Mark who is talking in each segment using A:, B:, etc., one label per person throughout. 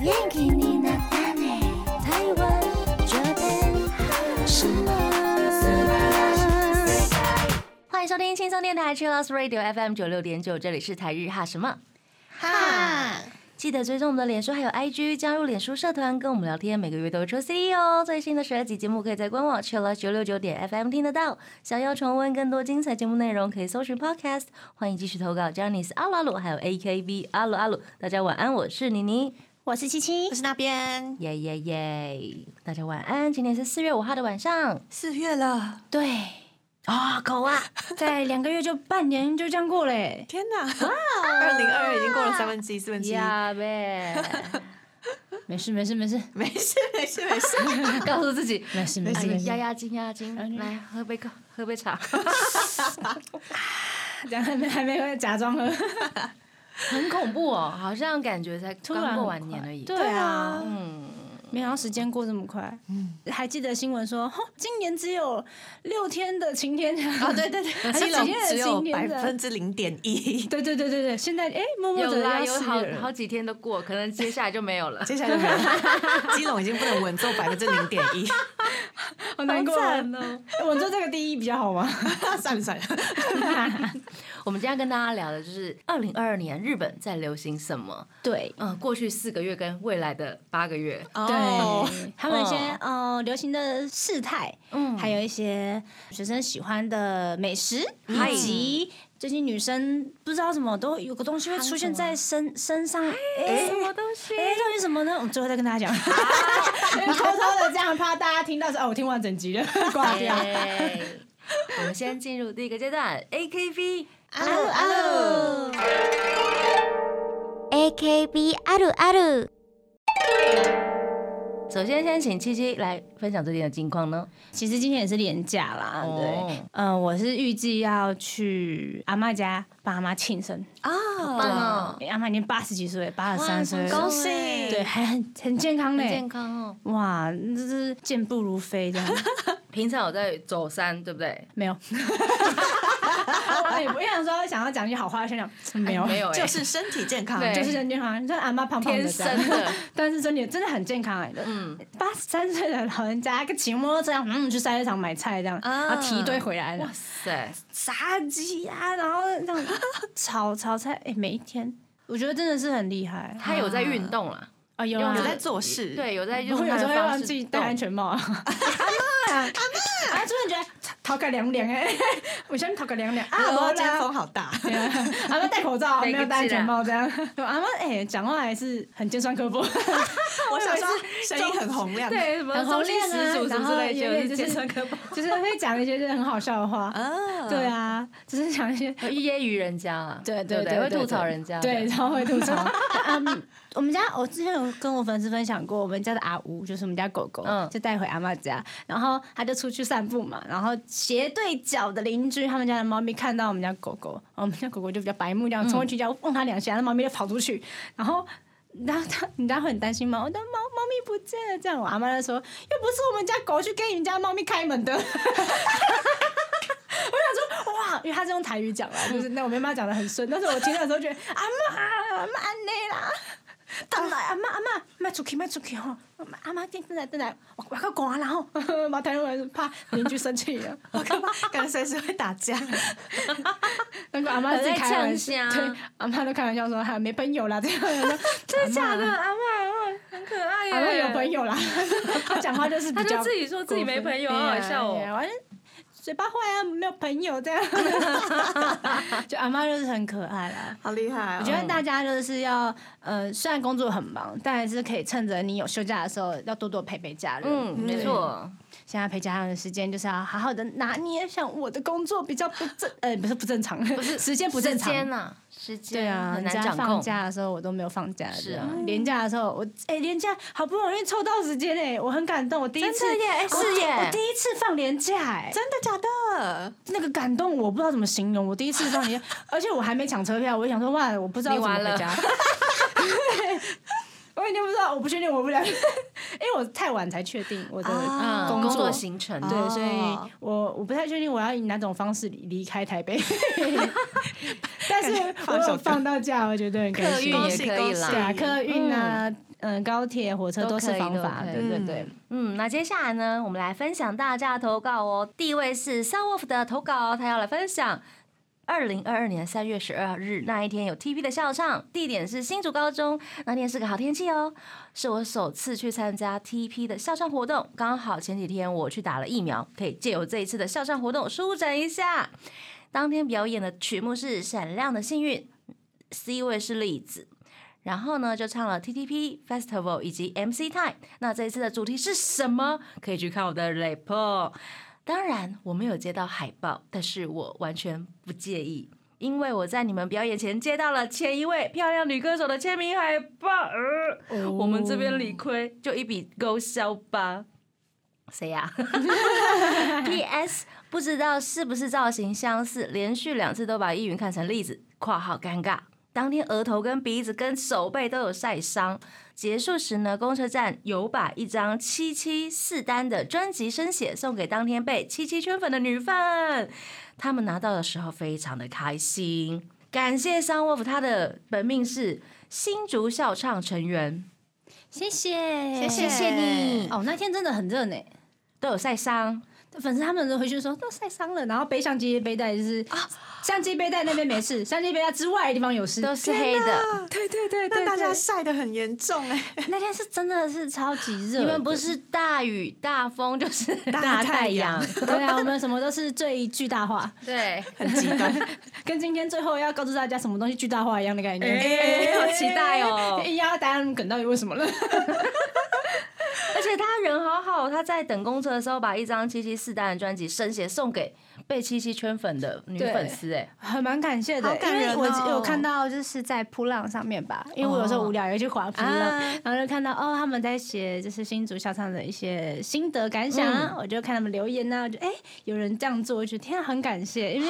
A: 元気になったね台湾这边什么？
B: 欢迎收听轻松电台 Chillus Radio FM 九六点九，这里是台日哈什么。
A: 哈，
B: 记得追踪我们的脸书还有 IG，加入脸书社团跟我们聊天，每个月都有抽 CD 哦。最新的十二集节目可以在官网 Chillus 九六九点 FM 听得到。想要重温更多精彩节目内容，可以搜寻 Podcast。欢迎继续投稿 j a n i c e 阿鲁阿鲁还有 AKB 阿鲁阿鲁。大家晚安，我是妮妮。
C: 我是七七
A: 不，是那边
B: 耶耶耶！大家晚安。今天是四月五号的晚上，
C: 四月了，
B: 对啊、狗啊，
C: 在两个月就半年就这样过了耶，
D: 天哪！二零二已经过了三分之一、四分之一，
B: 呀呗，
C: 没事没事没事
D: 没事没事没事。
B: 告诉自己
C: 没事没
B: 哎
C: 事没事，
B: 压
C: 哎
B: 压惊，压压惊，来喝杯咖，喝杯 茶，
C: 然后还没还没会假装喝，
B: 很恐怖哦，好像感觉才
C: 突
B: 刚
C: 然
B: 过完年而已。
C: 对啊，嗯。没想到时间过这么快，还记得新闻说，吼今年只有六天的晴天假，
D: 哦，对对对，
C: 还是
D: 基隆
C: 几天的
D: 只有
C: 晴
D: 百
C: 天的
D: 分之零点一，
C: 对对对对对，现在哎，默默
B: 有
C: 的
B: 啦，
C: 要
B: 有
C: 四
B: 好
C: 月了
B: 好几天都过，可能接下来就没有了。
D: 接下来就没有。基隆已经不能稳坐百分之零点一，
C: 好难过
B: 好
C: 哦
B: 惨哦。
C: 我做这个第一比较好吗？
D: 算了算了。
B: 我们今天要跟大家聊的就是二零二二年日本在流行什么？
C: 对
B: 嗯，过去四个月跟未来的八个月，
D: 哦，
C: 对，他们一些呃流行的事态，
B: 嗯
C: 还有一些学生喜欢的美食，
B: 嗨
C: 以及最近女生不知道怎么都有个东西会出现在身身上，哎，
B: 什么东西？
C: 哎，到底什么呢？我们最后再跟大家讲，啊偷偷的这样，怕大家听到说哦，我听完整集了， 挂掉。
B: 哎我们先进入第一个阶段，AKB。
D: 阿鲁阿鲁，
A: AKB あるある
B: 首先，先请七七来分享最近的近况呢。
C: 其实今天也是年假啦，对，呃，我是预计要去阿妈家帮阿妈庆生，
B: 好棒哦，
C: 因为阿妈已经八十几岁，八十三岁了，
D: 恭喜
C: 对，还很很健康呢、
B: 很健康哦。
C: 哇，这是健步如飞这 样，
B: 平常有在走山，对不对？
C: 没有。我也不我想说想要讲一句好话，先讲没有，
B: 没有，
D: 就
B: 哎，
D: 是身体健康，
B: 对
C: 就是很健康，就是阿妈胖胖
B: 天
C: 的这样
B: 生，的。
C: 但是真的真的很健康哎、欸，
B: 嗯，
C: 八十三岁的老人家，个骑摩托车这样，嗯，去菜市场买菜这样，
D: 啊
C: 然后提一堆回来的
B: 哇塞，
C: 炸鸡啊，然后这样 炒炒菜，哎、每一天。我觉得真的是很厉害，
B: 他有在运动啦，
C: 啊有
B: 有
C: 啊
D: 有在做事，，
B: 对，有在
C: 我
B: 用
C: 有
B: 他
C: 时
B: 的
C: 候会忘
B: 方
C: 记
B: 式
C: 戴安
B: 动。
C: 全 帽啊！阿妈，阿妈，突然觉得头壳凉 凉哎，我先头壳凉凉啊！
D: 哦
C: 我，
D: 今天 风好大，
C: 阿妈戴口罩，
B: 戴个
C: 没有戴安全帽这样。阿妈哎，讲话还是很尖酸刻 薄，
D: 我 想说声音很洪亮，
C: 对，什么
B: 很
C: 中
B: 红
C: 性
B: 练
C: 十
B: 十
C: 足
B: 足
C: 什
B: 什么
C: 么之
B: 之
C: 类
B: 类，
C: 的，
B: 就
C: 就是是
B: 健身科普，
C: 就是会讲一些就是很好笑的话。
D: 啊，
C: 对，啊，只是讲一些
B: 会揶揄人家啦，
C: 对
B: 对
C: 对
B: 不
C: 对，
B: 会
C: 对
B: 吐槽人家，
C: 对，，超会吐槽。 嗯，我们家我之前有跟我粉丝分享过，我们家的阿乌就是我们家狗狗，
B: 嗯
C: 就带回阿妈家，然后它就出去散步嘛，然后斜对角的邻居他们家的猫咪看到我们家狗狗，然后我们家狗狗就比较白目，这样冲过去这样碰它两下，那猫咪就跑出去，然后。然后他，你知道会很担心吗？我的猫猫咪不见了，这样我阿妈就说，又不是我们家狗去给你们家猫咪开门的。 我想说哇，因为他是用台语讲啦，就是那我没办法讲的很顺，但是我听到的时候觉得阿妈阿妈安内啦，当然阿妈阿妈卖出去卖出去吼，阿妈阿妈进进来进来，我我要讲啦吼， 马台湾人怕邻居生气了，
B: 哦
D: 我干嘛？感觉随时会打架，
C: 那个阿妈自己开玩笑，
B: 很在呛虾
C: 对，阿妈都开玩笑说还没朋友啦，这样我说真的假的？阿妈阿妈
B: 很可爱耶，
C: 阿妈有朋友啦， 他讲话就是
B: 他
C: 比较
B: 就自己说自己没朋友，好好笑
C: 哎呀
B: 哦。
C: 完了嘴巴坏啊，没有朋友这样， 就阿妈就是很可爱啦。
D: 好厉害
C: 我觉
B: 嗯
C: 得大家就是要，呃，虽然工作很忙，但还是可以趁着你有休假的时候，要多多陪陪家人。
B: 嗯，没错，
C: 现在陪家人的时间就是要好好的拿捏。像我的工作比较不正，呃，不是不正常，不
B: 是
C: 时间不正
B: 时间
C: 常。
B: 呐，时间
C: 对啊，
B: 很
C: 人家
B: 难掌
C: 放
B: 控。
C: 假的时候我都没有放假，
B: 是
C: 这
B: 啊
C: 样连假的时候我哎、连假好不容易抽到时间哎、我很感动，我第一次
B: 真的耶哎
C: 我
B: 是耶
C: 我第一次放连假哎、
D: 真的假的？
C: 那个感动我不知道怎么形容，我第一次放连假，而且我还没抢车票，我就想说哇，我不知道
B: 你
C: 怎么
B: 完了
C: 回家。我已经不知道，我不确定，我不了。哎、因为我太晚才确定我的
D: 啊
C: 工
B: 工
C: 作。
B: 作行程，
C: 对，所
D: 哦
C: 以我我不太确定我要以哪种方式离离开台北， 但是我
D: 放手
C: 有
D: 歌
C: 放到假，我觉得很开
B: 客
C: 心
B: 运。也可以啦
C: 对。啊，客运啊，嗯、高铁、火车
B: 都
C: 都是
B: 可以
C: 方
B: 都
C: 法，
B: 可以
C: 对对对。
B: 嗯，那接下来呢，我们来分享大家的投稿哦。第一位是 s u n Wolf 的投稿，他要来分享。二零二二年三月十二日那一天有 TP 的校唱，地点是新竹高中，那天是个好天气哦，是我首次去参加 TP 的校唱活动，刚好前几天我去打了疫苗，可以借由这一次的校唱活动舒展一下。当天表演的曲目是《闪亮的幸运》，C 位是栗子，然后呢，就唱了 TTP Festival 以及 MC Time。那这一次的主题是什么？可以去看我的 report。当然，我没有接到海报，但是我完全不介意，因为我在你们表演前接到了前一位漂亮女歌手的签名海报，呃
C: 哦
B: 我们这边理亏，就一笔勾销吧。谁呀、P.S. 不知道是不是造型相似，连续两次都把易云看成栗子（括号尴尬）。当天额头跟鼻子跟手背都有晒伤。结束时呢，公车站有把一张七七四单的专辑生写送给当天被七七圈粉的女粉，他们拿到的时候非常的开心。感谢桑沃夫，他的本命是新竹校唱成员，
C: 谢谢，
B: 谢谢你
C: 哦，那天真的很热呢。
B: 都有晒伤，
C: 粉丝他们都回去说都晒伤了，然后背相机背带就是
B: 啊
C: 相机背带那边没 事，相机背带之外的地方有事。
B: 都是黑的。
D: 对对
C: 对
D: 对但大家
C: 对
D: 晒得很严重哎、
C: 那天是真的是超级热的，
B: 你们不是大雨大风，就是
D: 大
B: 太
D: 太阳
C: 对啊，我们什么都是最巨大化，
B: 对，
D: 很激 动。
C: 跟今天最后要告诉大家什么东西巨大化一样的概念。
B: 哎好期待 哦
C: 硬要答案梗到底为什么了？
B: 而且他人好好，他在等公车的时候把一张七七四单的专辑生写送给被七七圈粉的女粉丝，哎，
C: 很 蛮感谢的，
D: 好感
C: 因为
D: 人
C: 我
D: 哦
C: 有看到就是在扑浪上面吧，因为我有时候无聊也会去滑扑浪，
D: 啊
C: 然后就看到哦他们在写就是新竹校唱的一些心得感想
D: 嗯
C: 啊，我就看他们留言呐、啊，我就哎、有人这样做，我就觉得天、啊、很感谢，因为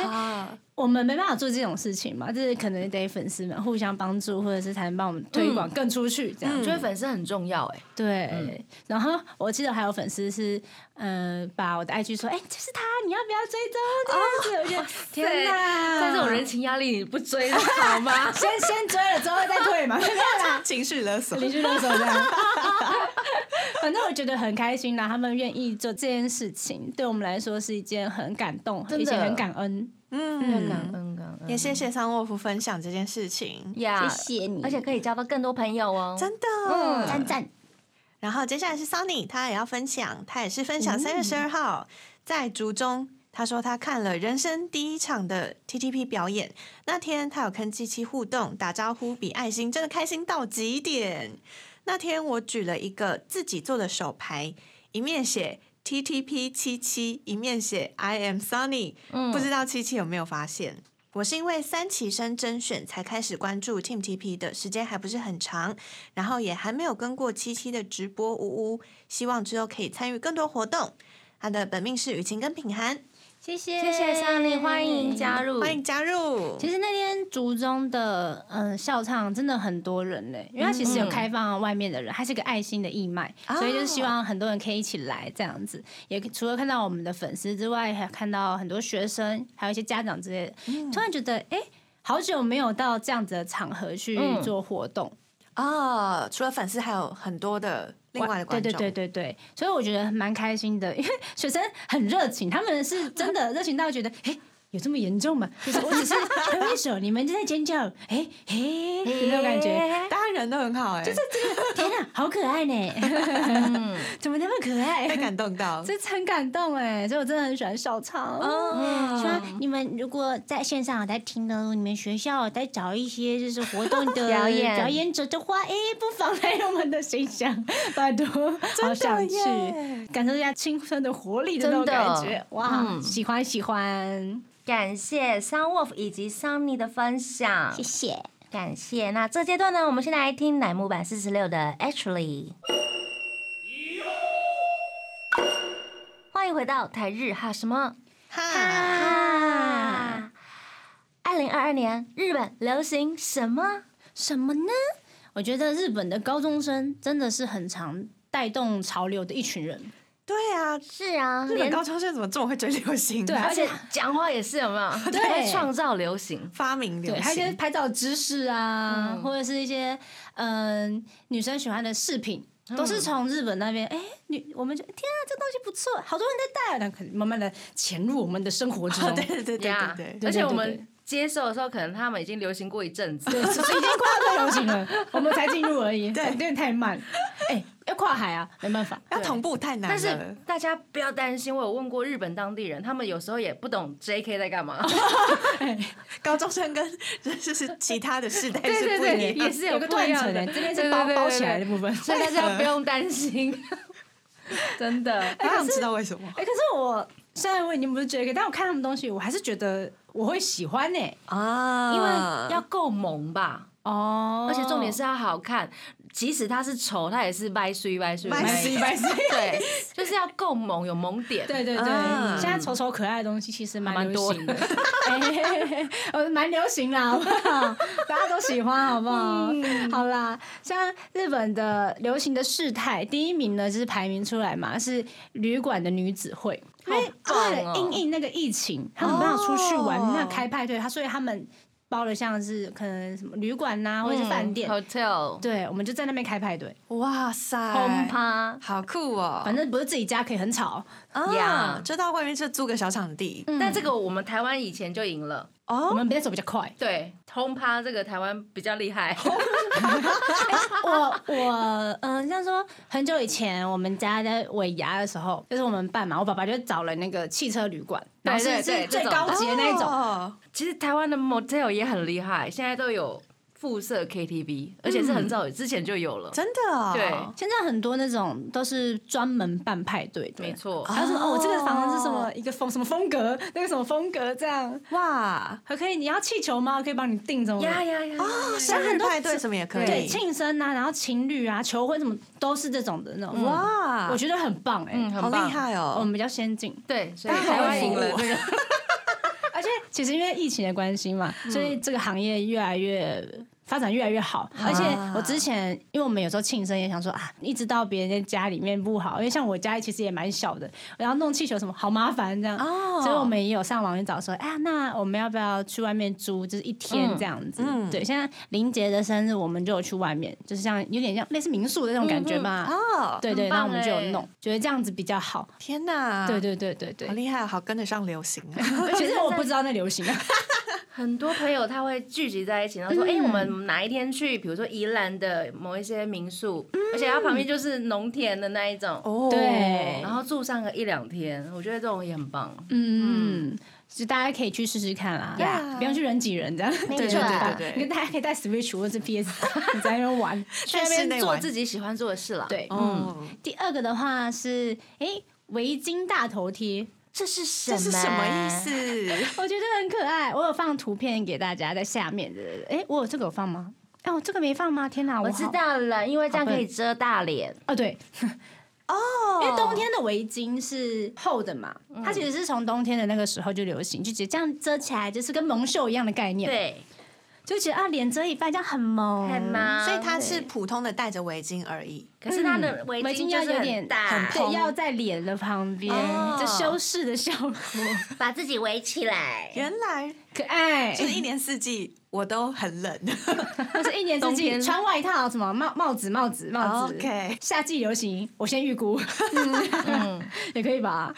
C: 我们没办法做这种事情嘛，就是可能得粉丝们互相帮助，或者是才能帮我们
D: 嗯
C: 推广更出去这样。
B: 我觉得粉丝很重要，哎，
C: 对，
D: 嗯
C: 然后我记得还有粉丝是，呃，把我的 IG 说，哎、就是他，你要不要
D: 哦
C: 追踪这样子？我觉得天哪，？
B: 在这
D: 啊
B: 种人情压力，你不追好吗
C: 先先追了之后再退嘛，没有啦，
D: 情绪勒索，
C: 邻居勒索这样。 反正我觉得很开心啦，他们愿意做这件事情，对我们来说是一件很感动，
B: 真的
C: 而且很感恩。
B: 要
D: 嗯，
B: 感恩感恩
D: 也谢谢桑沃夫分享这件事情，
B: 呀，
C: 谢谢你
B: 而且可以交到更多朋友哦。
D: 真的。
A: 嗯
C: 赞赞，
D: 然后接下来是 Sunny，他也要分享，他也是分享三月十二号、在竹中，他说他看了人生第一场的 TTP 表演，那天他有跟机器互动打招呼，比爱心真的开心到极点。那天我举了一个自己做的手牌，一面写 TTP 七七，一面写 I am Sunny，、不
B: 嗯
D: 知道七七有没有发现？我是因为三期生甄选才开始关注 Team TP 的，时间还不是很长，然后也还没有跟过七七的直播呜呜，希望之后可以参与更多活动。他的本命是雨晴跟品涵，
C: 谢谢
B: 谢谢三林，欢迎加入，
D: 欢迎加入。
C: 其实那天竹中的嗯校唱真的很多人呢、因为它其实有开放外面的人，它是个爱心的义卖，
D: 哦
C: 所以就是希望很多人可以一起来这样子。也除了看到我们的粉丝之外，还有看到很多学生，还有一些家长之类的，突然觉得哎、诶好久没有到这样子的场合去
B: 嗯
C: 做活动，
D: 哦，除了粉丝，还有很多的另外的观
C: 对
D: 众，
C: 对对对对，所以我觉得蛮开心的，因为 学生很热情，他们是真的热情到觉得，哎、有这么严重吗？就是我只是挥手，你们就在尖叫，哎、嘿，那种感觉，
D: 大家人都很好哎、就是
C: 天啊，好可爱呢！
D: 嗯
C: 怎么那么可
D: 被
C: 爱？
D: 感动
B: 哦
D: 到。
C: 这很感动哎，所以我真的很喜欢嗯校唱。希哦望你们如果在线上有在听的，你们学校有在找一些就是活动 的
B: 表演
C: 表演者的话，哎，不妨来我们的信箱， 拜托，好想去
D: 耶
C: 感受一下青春的活力的那种
B: 真的
C: 感觉，哇，
B: 嗯
C: 喜欢喜欢，
B: 感谢 Sun Wolf 以及 Sunny 的分享，
C: 谢谢。
B: 感谢。那这阶段呢，我们先来听乃木坂四十六的 Actually。欢迎回到台日哈什么
D: 哈，
B: 啊？二零二二年日本流行什么？
C: 什么呢？我觉得日本的高中生真的是很常带动潮流的一群人。
D: 对啊，
B: 是啊，
D: 日本
B: 连
D: 高中生怎么这么会追流行？
C: 对啊
B: 而且讲话也是有没有？
C: 对
B: 在创造流行，
D: 发明流
C: 对，还有一些
D: 行。
C: 拍照知识啊，或者是一些嗯、女生喜欢的饰品，都是从日本那边哎、女我们就天啊，这东西不错，好多人在戴，然后可能慢慢的潜入我们的生活之中。
D: 哦 对对对对
B: 呀
D: 嗯对对，
B: 而且我
C: 对对
B: 们接受的时候，可能他们已经流行过一阵子。
C: 对，是已经跨到流行了， 我们才进入而已，对，有点太慢。哎、要跨海啊，没办法。
D: 要同步太难
B: 但是
D: 了。
B: 大家不要担心，我有问过日本当地人，他们有时候也不懂 J.K. 在干 嘛。
D: 高中生跟就是其他的世代是
B: 对
D: 不
B: 对，
D: 一
B: 也
D: 样。
B: 是
C: 有
B: 不
C: 个
B: 一
C: 断
B: 样
C: 层
B: 的
C: 欸，这边
B: 对
C: 是包
B: 对对
C: 包
B: 对
C: 起来的
B: 对
C: 部分。
B: 所以大家不用担 心，真的。
D: 我想知道为什么
C: 哎、可是我虽然我已经不是 JK，但我看他们东西，我还是觉得我会喜欢呢、
D: 啊
B: 因为要够萌吧，
C: 哦
B: 而且重点是要好看，即使它是丑，它也是掰碎掰碎
D: 掰
B: 掰
D: 碎
B: 掰碎，对，就是要够萌，有萌点。
C: 对对对，
D: 啊
C: 现在丑丑可爱的东西其实
B: 还蛮
C: 蛮
B: 多
C: 流行的， 哎呃，蛮流行啦，好不好？大家都喜欢，好不好？好啦，像日本的流行的事态，第一名呢就是排名出来嘛，是旅馆的女子会。因为
B: 棒哦
C: 为了因应那个疫情，他们没有出去玩，
D: 哦
C: 那开派对，他所以他们包了像是可能什么旅馆呐、
B: 嗯
C: 或者是
D: 嗯
C: 饭店，
B: hotel
C: 对，我们就在那边开派对，
D: 哇塞，
B: home 趴，
D: 好酷哦！
C: 反正不是自己家可以很吵，
D: 啊
B: 呀，嗯
D: 就到外面去租个小场地
B: 但这个我们台湾以前就赢了。
C: 我
D: 哦。
C: 们边走比较快。
B: 对，轰趴这个台湾比较厉害，
C: 我我嗯，像说很久以前我们家在尾牙的时候，就是我们办嘛，我爸爸就找了那个汽车旅馆，
B: 对
C: 然后是
B: 对对
C: 是最
B: 这种
C: 高级的那一种。
D: 哦
B: 其实台湾的 motel 也很厉害，现在都有附设 KTV，而且是很早之前就有了。
D: 嗯真的哦
B: 对
C: 现在很多那种都是专门办派对的，
B: 没。错，
C: 还有什么哦，这个房子是什么一个风什么风格，那个什么风格这样，
D: 哇，
C: 还可以你要气球吗？我可以帮你订什么？
B: 呀呀呀！
D: 生日派对什么也可
C: 对，
D: 以，
C: 庆生啊，然后情侣啊，求婚什么都是这种的那种。哇，
D: 哇，
C: 我觉得很棒哎、
B: 嗯，
D: 好
B: 很
D: 厉
B: 棒。
D: 害
C: 我
D: 哦！
C: 们比较先进。
B: 对，所以
D: 大家
B: 台湾
D: 好
B: 赢了
D: 服务
B: 这个。
C: 而且其实因为疫情的关系嘛，
D: 嗯
C: 所以这个行业越来越。发展越来越好，
D: 啊
C: 而且我之前，因为我们有时候庆生也想说啊，一直到别人家家里面不好，因为像我家其实也蛮小的，然后弄气球什么好麻烦这样，
D: 哦
C: 所以我们也有上网去找说，哎、呀，那我们要不要去外面租，就是一天
D: 嗯
C: 这样子？对，现在林杰的生日我们就有去外面，就是像有点像类似民宿的那种感觉嘛，
D: 哦，
C: 对对，
B: 很棒
C: 那我们就有
B: 欸
C: 弄，觉得这样子比较好，
D: 天哪，
C: 对，对对对对
D: 啊好，厉害哦，好跟得上流行啊！
C: 其实我不知道那流行啊。
B: 很多朋友他会聚集在一起，然后说：“哎、我们哪一天去？比如说宜兰的某一些民宿，而且它旁边就是农田的那一种，
D: 哦，
C: 对
B: 然后住上个一两天，我觉得这种也很棒。
C: 嗯，就大家可以去试试看啦
D: Yeah
C: 不用去人挤人这样。对
D: 对
B: 错
D: 对对
C: 你
D: 对，
C: 大家可以带 Switch 或者是 PS，你在那边玩。
B: 去那
D: 室
B: 边
D: 内
B: 做
D: 玩
B: 自己嗯喜欢做的事啦。，
C: 对，
D: 哦，
C: 第二个的话是，哎、围巾大头贴，
B: 这是什么？
D: 这是什么意？思？
C: 我觉得很可爱。我有放图片给大家在下面的。哎、我有这个有放吗？哎、我这个没放吗？天哪，
B: 我
C: 我
B: 知
C: 好。
B: 道了，因为这样可以遮大脸。
C: 哦，对，
D: 哦，
C: 因为冬天的围巾是厚的嘛，它其实是从冬天的那个时候就流行，就直接这样遮起来，就是跟蒙袖一样的概念。，
B: 对，
C: 就觉得啊，脸遮一半这样很萌，
B: 很吗？
D: 所以它是普通的戴着围巾而已。
B: 可是它的围
C: 嗯围
B: 巾
C: 巾
B: 就
C: 要
B: 是
C: 有
B: 很
C: 点
B: 大，
C: 对，要在脸的旁边，
D: 哦
C: 这修饰的效果
B: 把自己围起来。
D: 原来
C: 可 爱
D: 就。是一年四季我都很冷。
C: 就是一年之
B: 冬天
C: 计穿外套，什么帽帽子、帽子、帽子。
D: OK
C: 夏季流行，我先预估，
B: 嗯，
C: 也可以吧。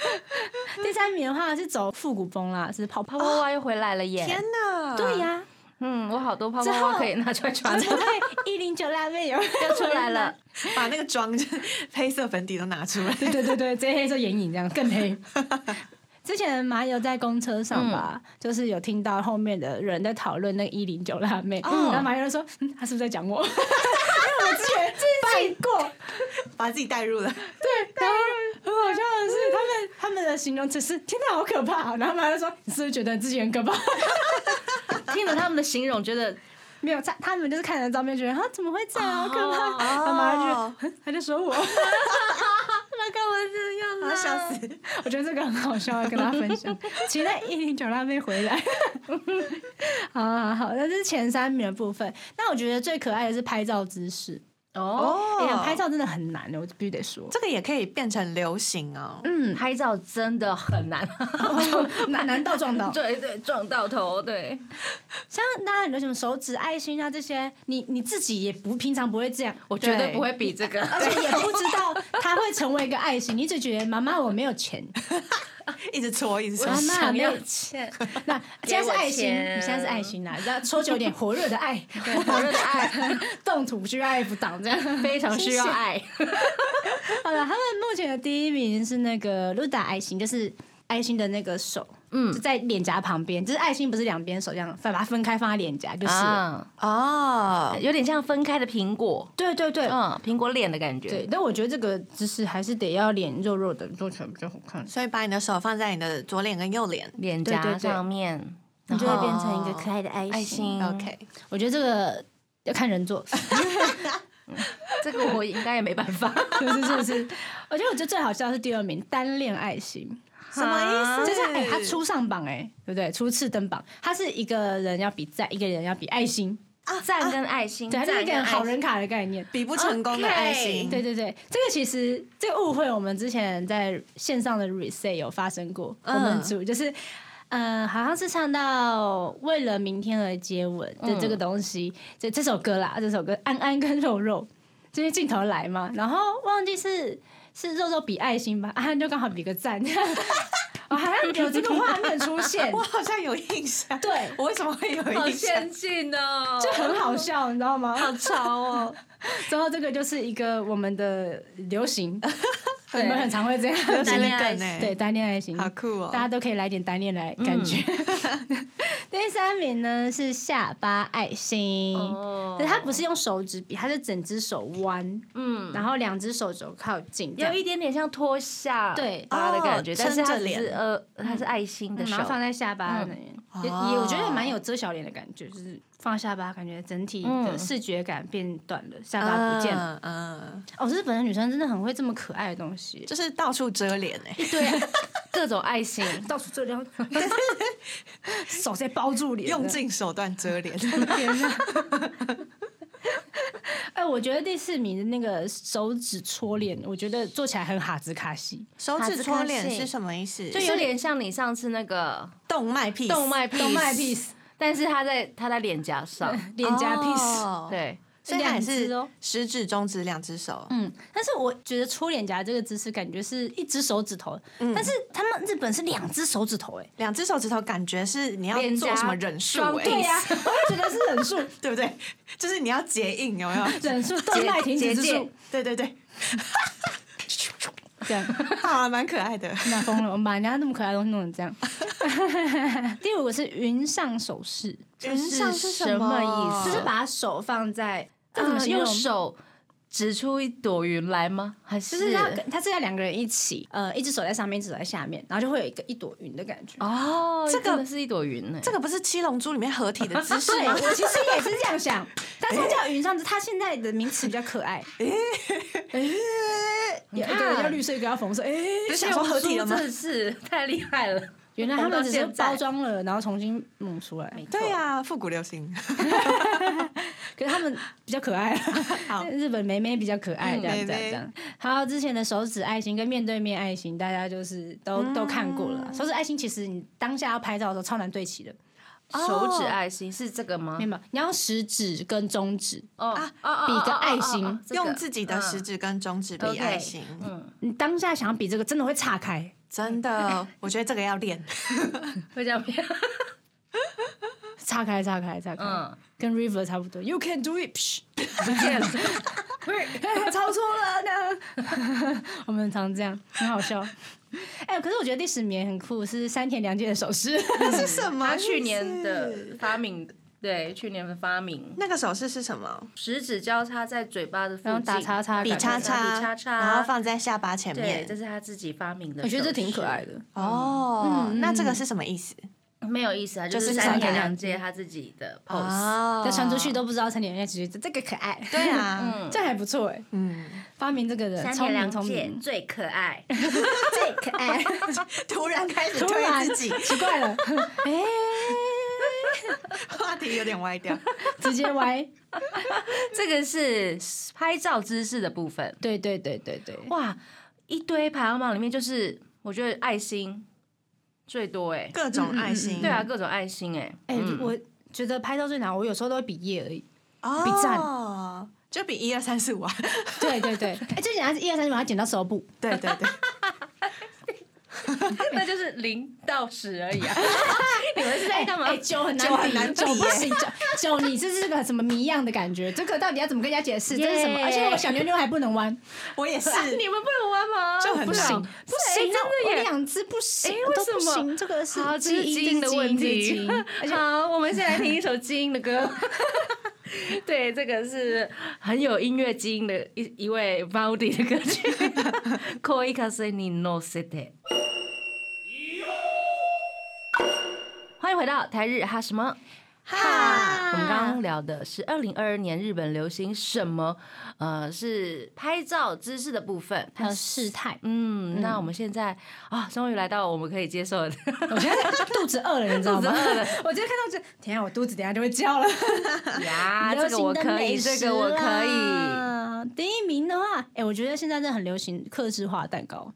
C: 第三名的话是走复古风啦，是泡泡
B: 泡泡袜又回来了耶！
D: 天哪！
C: 哦对呀，
B: 嗯，我好多泡泡
C: 之后
B: 袜可 以拿出来穿
C: 对。对对，一零九辣妹有
B: 又出来了，
D: 把那个妆就黑色粉底都拿出来。
C: 对对对对，这黑色眼影这样更黑。之前麻油在公车上吧，就是有听到后面的人在讨论那一零九辣妹，然后麻油就说：“嗯，他是不是在讲我？” 因为我之前办过，
D: 把自己带入了，
C: 对，然后很好笑的是，他们他们的形容词是“天哪，好可怕”，然后麻油说：“你是不是觉得自己很可怕
B: 听了他们的形容，觉得？”
C: 没有，他他们就是看了照片，觉得啊怎么会这样，好可怕。
B: 哦
C: 然后麻油就嗯他就说我，
B: 他干嘛这样
D: 啊笑死！
C: 我觉得这个很好笑，要跟大家分 享。期待一零九辣妹回 来。好好好，那这是前三名的部分。那我觉得最可爱的是拍照姿势，
B: 啊
C: 哦
D: 哦
C: 哎呀，拍照真的很难的，我必须得说。
D: 这个也可以变成流行啊。
B: 嗯，拍照真的很难，哦
C: 难难到撞到
B: 对对，撞到头，对，
C: 像大家很多什么手指爱心啊这些，你你自己也不平常不会这样，
B: 我绝 对不啊会比这个。
C: 而且也不知道它会成为一个爱心，你只觉得妈妈我没有 钱，
D: 一直搓，一直搓
B: 我。
C: 妈妈
B: 想
C: 没
B: 要
C: 有钱，那现在是爱心，
B: 给我钱
C: 你现在是爱心啦，要抽求一点火热的爱，
B: 火热的爱，
C: 动土需要爱辅导这样。
B: 非常需要爱。
C: 好了，他们目前的第一名是那个露达爱心，就是爱心的那个手，
B: 嗯
C: 就在脸颊旁边，就是爱心不是两边手这样，把它分开放在脸颊就是了。
B: 啊，
D: 哦，
B: 有点像分开的苹果，
C: 对对对。
B: 嗯，苹果脸的感觉。
C: 对，但我觉得这个姿势还是得要脸肉肉的做起来比较好看，
D: 所以把你的手放在你的左脸跟右脸。
B: 脸
C: 对对
B: 颊
C: 对
B: 上面，
C: 你
B: 然
C: 就会
B: 后
C: 变成一个可爱的爱心。
B: 爱心。
D: OK，
C: 我觉得这个要看人做，
B: 这个我应该也没办法。
C: 是是 是是。我觉得我觉得最好笑的是第二名单恋爱心，
D: 什么意思？
C: 就是哎、他初上榜哎、对不对？初次登榜，他是一个人要比赞，一个人要比爱心，
B: 赞跟爱心，
C: 对，他就是
B: 赞
C: 一个
B: 跟
C: 好
B: 爱心。
C: 人卡的概念。
D: 啊比不成功的爱心。
C: 对对对，这个其实这个误会，我们之前在线上的 reset 有发生过。
D: 嗯
C: 我们组就是，呃，好像是唱到“为了明天而接吻”的这个东西，这、这首歌啦，这首歌安安跟肉肉，这些镜头来嘛，然后忘记是是肉肉比爱心吧，安安就刚好比个赞， 我好像有这个画面出 现
D: 我，好像有印象。
C: 对
D: 我为什么会有
B: 好
D: 印象
B: 先？进哦，
C: 就很好笑，你知道吗？
B: 好潮哦。
C: 之后这个就是一个我们的流行，我
B: 对
C: 们很常会这样。
D: 流行的
B: 单恋爱
D: 梗
B: 心
D: 哎，
C: 对，，单恋爱情，
D: 好酷哦
C: 大家都可以来点单恋来感觉。第三名呢是下巴爱心，
B: 哦
C: 但它不是用手指比，它是整只手弯，
B: 嗯，
C: 然后两只手肘靠近，这
B: 有
C: 样
B: 一点点像脱下
C: 对
B: 巴的感觉，
D: 哦
B: 但是它
D: 撑着
B: 只
D: 脸
B: 是呃，它是爱心的
C: 嗯
B: 手
C: 然后，放在下巴
B: 嗯
C: 那边，
D: 哦
C: 也也我觉得蛮有遮小脸的感觉，就是放下巴，感觉整体的
B: 嗯
C: 视觉感变短了，下巴不见了。
D: 嗯，嗯，
C: 哦，日本的女生真的很会这么可爱的东西，
D: 就是到处遮脸哎。
B: 对，各种爱心。
C: 啊 到处遮脸，手在包住脸，
D: 用尽手段遮 脸，
C: 天呐！哎，我觉得第四名的那个手指搓脸，我觉得做起来很哈兹卡西，
D: 手指搓脸
B: 哈兹克
D: 是
B: 西
D: 什么意思？
B: 就有点像你上次那个
D: 动脉屁，
B: 动脉 piece，
C: 动脉 piece
B: 但是它在它在脸颊上，
C: 脸颊 piece。
D: 哦，
B: 对，
D: 所以它也
C: 两只
D: 是
C: 哦
D: 食指、中指两只手。
C: 嗯，但是我觉得搓脸颊这个姿势，感觉是一只手指头，但是他们日本是两只手指头、哎，
D: 两只手指头感觉是你要
B: 脸
D: 做
B: 颊
D: 什么忍术、
B: 双
D: 欸？
B: 对 呀
C: 我也觉得是忍术，
D: 对不对？就是你要结印，有没 有？
C: 忍术动脉停止之
B: 结
C: 术
B: 界，
D: 对对 对，
C: 这样。
D: 啊，蛮可爱的。
C: 那疯了，我们把人家那么可爱的东西弄成这样。 第五个是云上手势，
D: 云上是
B: 什么意
D: 思
B: 思？
C: 就是把手放在
B: 这
C: 呃这怎
B: 怎
C: 么
B: 么
C: 形容
B: 呃用手指出一朵云来吗？还是
C: 就是要跟，它是要两个人一起，呃，一只手在上面，一只手在下面，然后就会有一个一朵云的感觉。
B: 哦，
D: 这个
B: 真的是一朵云呢？
D: 这个不是《七龙珠》里面合体的姿 势
C: 啊对，
D: 吗？
C: 我其实也是这样想，但是它叫云上之，它现在的名词比较可 爱。哎一
B: 你看
C: 色，一个要红色。哎，
D: 你想说合体了吗？
B: 真的是太厉害了！
C: 原来他们只是
B: 红到现在
C: 包装了，然后重新弄出来。
D: 对啊，复古流行。
C: 可是他们比较可 爱，
D: 好
C: 日本妹妹比较可爱，
B: 嗯
C: 这样
D: 妹妹
C: 这样这样。还有之前的手指爱心跟面对面爱心，大家就是都都看过了。手指爱心其实你当下要拍照的时候超难对齐的，
B: 手指爱心是这个吗
C: 明？白吗？你要食指跟中指，
B: 哦
D: 啊
B: 哦
C: 比个爱心
D: 用自己的食。
B: 哦哦哦哦这个
D: 指跟中指比
B: OK
D: 爱心，
B: 嗯，
C: 你当下想要比这个真的会岔开。
D: 真 的，我觉得这个要练。
B: 会这样 变。
C: 岔开，岔开，岔开，
B: 嗯
C: 跟 River 差不多。You can do it，噗
B: 不见了，
C: 超出了呢。 我们常这样，很好笑。哎、可是我觉得第十名也很酷，是山田凉介的手 势。
D: 是什么意
B: 他
D: 思？
B: 去年的发明，对，去年的发明，
D: 那个手势是什么？
B: 食指交叉在嘴巴的附
C: 然后
B: 近，
C: 打叉叉，
D: 比叉叉，
B: 比叉叉
D: 然后放在下巴前
B: 对，
D: 面
B: 这。是他自己发明的。
C: 我觉得这挺可爱
B: 的，
C: 的。
D: 哦，
C: 嗯
D: 那这个是什么意思？
B: 没有意思啊，就
D: 就是
B: 是
D: 三
B: 三
D: 个
B: 言
D: 两
B: 两啊界他自己的 pose。
D: 哦
C: 再传出去都不知道三田凉介其实这个可爱，
D: 对啊，
B: 嗯
C: 这样还不错哎。
D: 嗯，
C: 发明这个人
B: 三
C: 聪
B: 言
C: 明
B: 两
C: 聪
B: 界
C: 明，
B: 最可爱，
C: 最可爱，
D: 嗯 突然开始
C: 突然
D: 推自己，
C: 奇怪了。哎，
D: 话题有点歪掉。
C: 直接歪。
B: 这个是拍照姿势的部分。
C: 对对对对对，
B: 哇，一堆排行榜里面就是我觉得爱心最多哎、
D: 各种爱心，
B: 对啊，各种爱心哎、
C: 哎、
B: 嗯
C: 我觉得拍照最难，我有时候都会比耶而已。
D: 哦，
C: 比
D: 就比一二三四五啊，
C: 对对 对，哎、最简单是一二三，把它剪到手部。
D: 对对对，
B: 那就是零到十而 已啊。你们是在干嘛？
C: 哎、酒很
D: 酒
C: 难
D: 很
C: 比，
D: 难
C: 酒
D: 比
C: 不行，酒酒你这是个什么谜样的感觉？这个到底要怎么跟人家解释？这是什么？
B: 耶
C: 而且我小妞妞还不能弯，
D: 我也是。
B: 你们不能玩吗？
D: 就很
B: 不
D: 难
B: 行，
D: 不
B: 不行，真
C: 啊我
B: 的耶。
C: 两只不行
B: 哎，为
C: 都不
B: 什么
C: 行，这个是
B: 好，这是
C: 基
B: 基
C: 因
B: 因的问
C: 这是基
B: 题
C: 因而。且
B: 好，我们先来听一首基因的歌。对，这个是很有音乐基因的一一位 b o d y 的歌曲。Koi kaseni no sete。欢迎回到台日哈什么？
D: 哈，
B: 我们刚刚聊的是二零二二年日本流行什么？呃，是拍照姿势的部分。
C: 还有事态，
B: 嗯，那我们现在啊，终于来到我们可以接受的。
C: 我现在肚子饿了，你知道
B: 肚子
C: 吗？
B: 饿了
C: 我今天看到这，天啊，我肚子等一下就会叫了。
B: 呀，啊这个我可以，这个我可以。
C: 以。啊第一名的话，哎、我觉得现在真的很流行克制化蛋糕，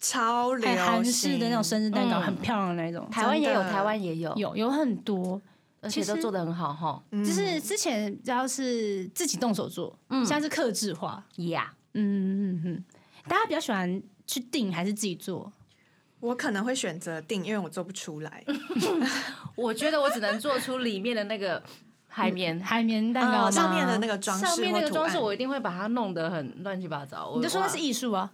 D: 超流
C: 哎，
D: 行，
C: 韩式的那种生日蛋糕，
B: 嗯
C: 很漂亮的那种，
B: 台湾也有，
D: 真的
B: 台湾也有，
C: 有有很多。
B: 而且都
C: 其实
B: 做的很好哈。
D: 嗯
C: 就是之前只要是自己动手做，
B: 嗯
C: 现在是克制化，
B: 呀，
C: 嗯嗯嗯，大家比较喜欢去订还是自己做？
D: 我可能会选择定，因为我做不出来。
B: 我觉得我只能做出里面的那个海绵。
C: 海绵蛋糕吗
D: 哦上面的那个装饰或
B: 呃上面那个装饰，
D: 图案
B: 我一定会把它弄得很乱七八糟。我
C: 你就说那是艺术 啊，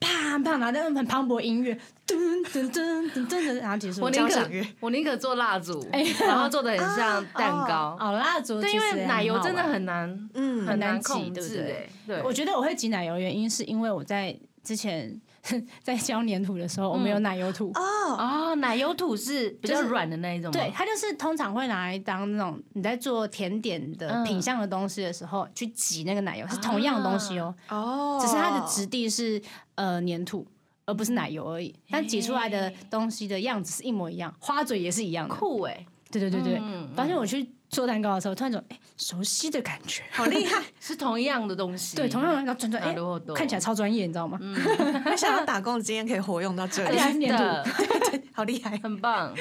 C: 啪啪，然后那种很磅礴音乐，噔噔噔噔噔噔，然后结束。
B: 我宁
D: 交
B: 可
D: 响乐
B: 我宁可做蜡烛，然后做的很像蛋糕。
C: 哦，蜡烛
B: 对，
C: 其
B: 因
C: 实
B: 为奶油真的
C: 很好玩。
B: 很难，
D: 嗯
B: 很难
C: 难挤
B: 控
C: 对不
B: 制
C: 对
B: 哎。对，
C: 我觉得我会挤奶油的原因是因为我在之前 在教粘土的时候，我们有奶油土，
D: 哦，
B: 哦，奶油土是比较
C: 就是
B: 软的那一种吗，
C: 对，它就是通常会拿来当那种你在做甜点的
B: 嗯
C: 品相的东西的时候，去挤那个奶油，是同样的东西啊哦，
D: 哦，
C: 只是它的质地是呃粘土，而不是奶油而已。但挤出来的东西的样子是一模一样，花嘴也是一样的。
B: 酷哎，
C: 对对对对，
B: 嗯
C: 发现我去做蛋糕的时候，突然有种哎、熟悉的感觉。
D: 好厉害！
B: 是啊同样的东西，
C: 对，同样的，然后转转，
B: な
C: 哎、
B: るほど
C: 看起来超专业，你知道吗？嗯，
D: 没想到打工的经验可以活用到这
C: 而
D: 里
C: 且，还是粘
B: 的
C: 土。
D: 好厉害！
B: 很 棒，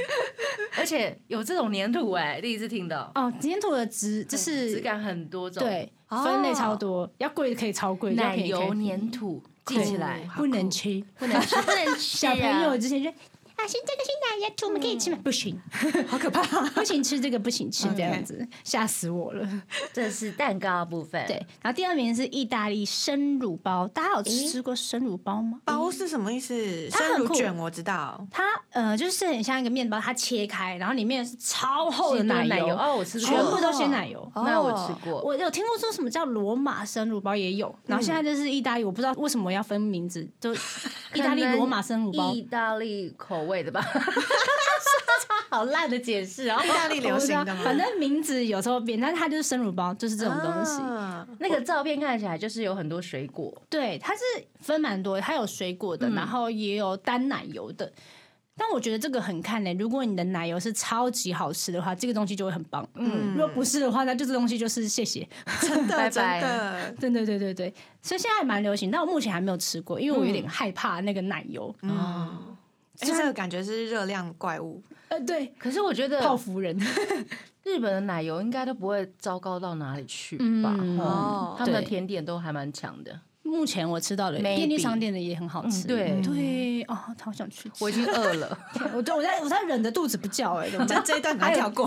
B: 而且有这种粘土哎，第一次听到，
C: 哦，粘土的质就
B: 质
C: 是
B: 感很多嗯种，，
C: 对
D: 哦
C: 分类超多，要贵的可以超贵，要
B: 奶
C: 便宜可以
B: 油
C: 便宜
B: 粘土记起来，
C: 不能吃。
B: 不能吃， 不能吃
C: 小
B: 啊，嗯
C: 朋友之前就啊，行，这个是奶油土，我们可以吃吗？不 行，好可怕， 不行吃这个，不行吃这样子，吓死我了。
B: 这是蛋糕的部分，
C: 对，，然后第二名是意大利生乳包，大家有吃过生乳包吗？
D: 包是什么意思？
C: 它
D: 生
C: 很
D: 乳
C: 酷
D: 卷我知道，
C: 它呃，就是很像一个面包，它切开，然后里面是超厚的
B: 是多
C: 奶
B: 奶油哦我吃过
C: 全部都鲜奶油。
D: 哦
B: 那我吃过，
C: 我有听过说什么叫罗马生乳包也有，然后现在就是意大利，我不知道为什么要分名字， 就意大利罗马生乳包
B: 意，大利口味的吧， 好烂的解释哦
D: 意。大利流行
C: 我不知道
D: 的吗？
C: 啊反正名字有时候变，但是它就是生乳包，就是这
D: 这
C: 种东西。
B: 那个照片看起来就是有很多水果，
C: 对，它是分蛮多的，它有水果的，然后也有单奶油的。但我觉得这个很看嘞、如果你的奶油是超级好吃的话，这个东西就会很棒。嗯，如果不是的话，那就这东西就是谢谢。
D: 真
B: 拜
D: 的真
B: 拜
D: 的，
C: 对对对对对，所以现在蛮流行，但我目前还没有吃过，因为我有点害怕那个奶油。
D: 嗯，哎，这个感觉是热量怪物，
C: 呃，对，
B: 可是我觉得
C: 泡芙人。
B: 日本的奶油应该都不会糟糕到哪里去吧？
C: 嗯
B: 哦，他们的
C: 对
B: 甜点都还蛮强的。
C: 目前我吃到的
B: Maybe
C: 便利商店的也很好
B: 嗯
C: 吃。
B: 对
C: 对，哦，好想去吃。
B: 我已经饿 了，
C: 我对我在我在忍着肚子不叫哎、欸，怎么办
D: 这这一段你跳过，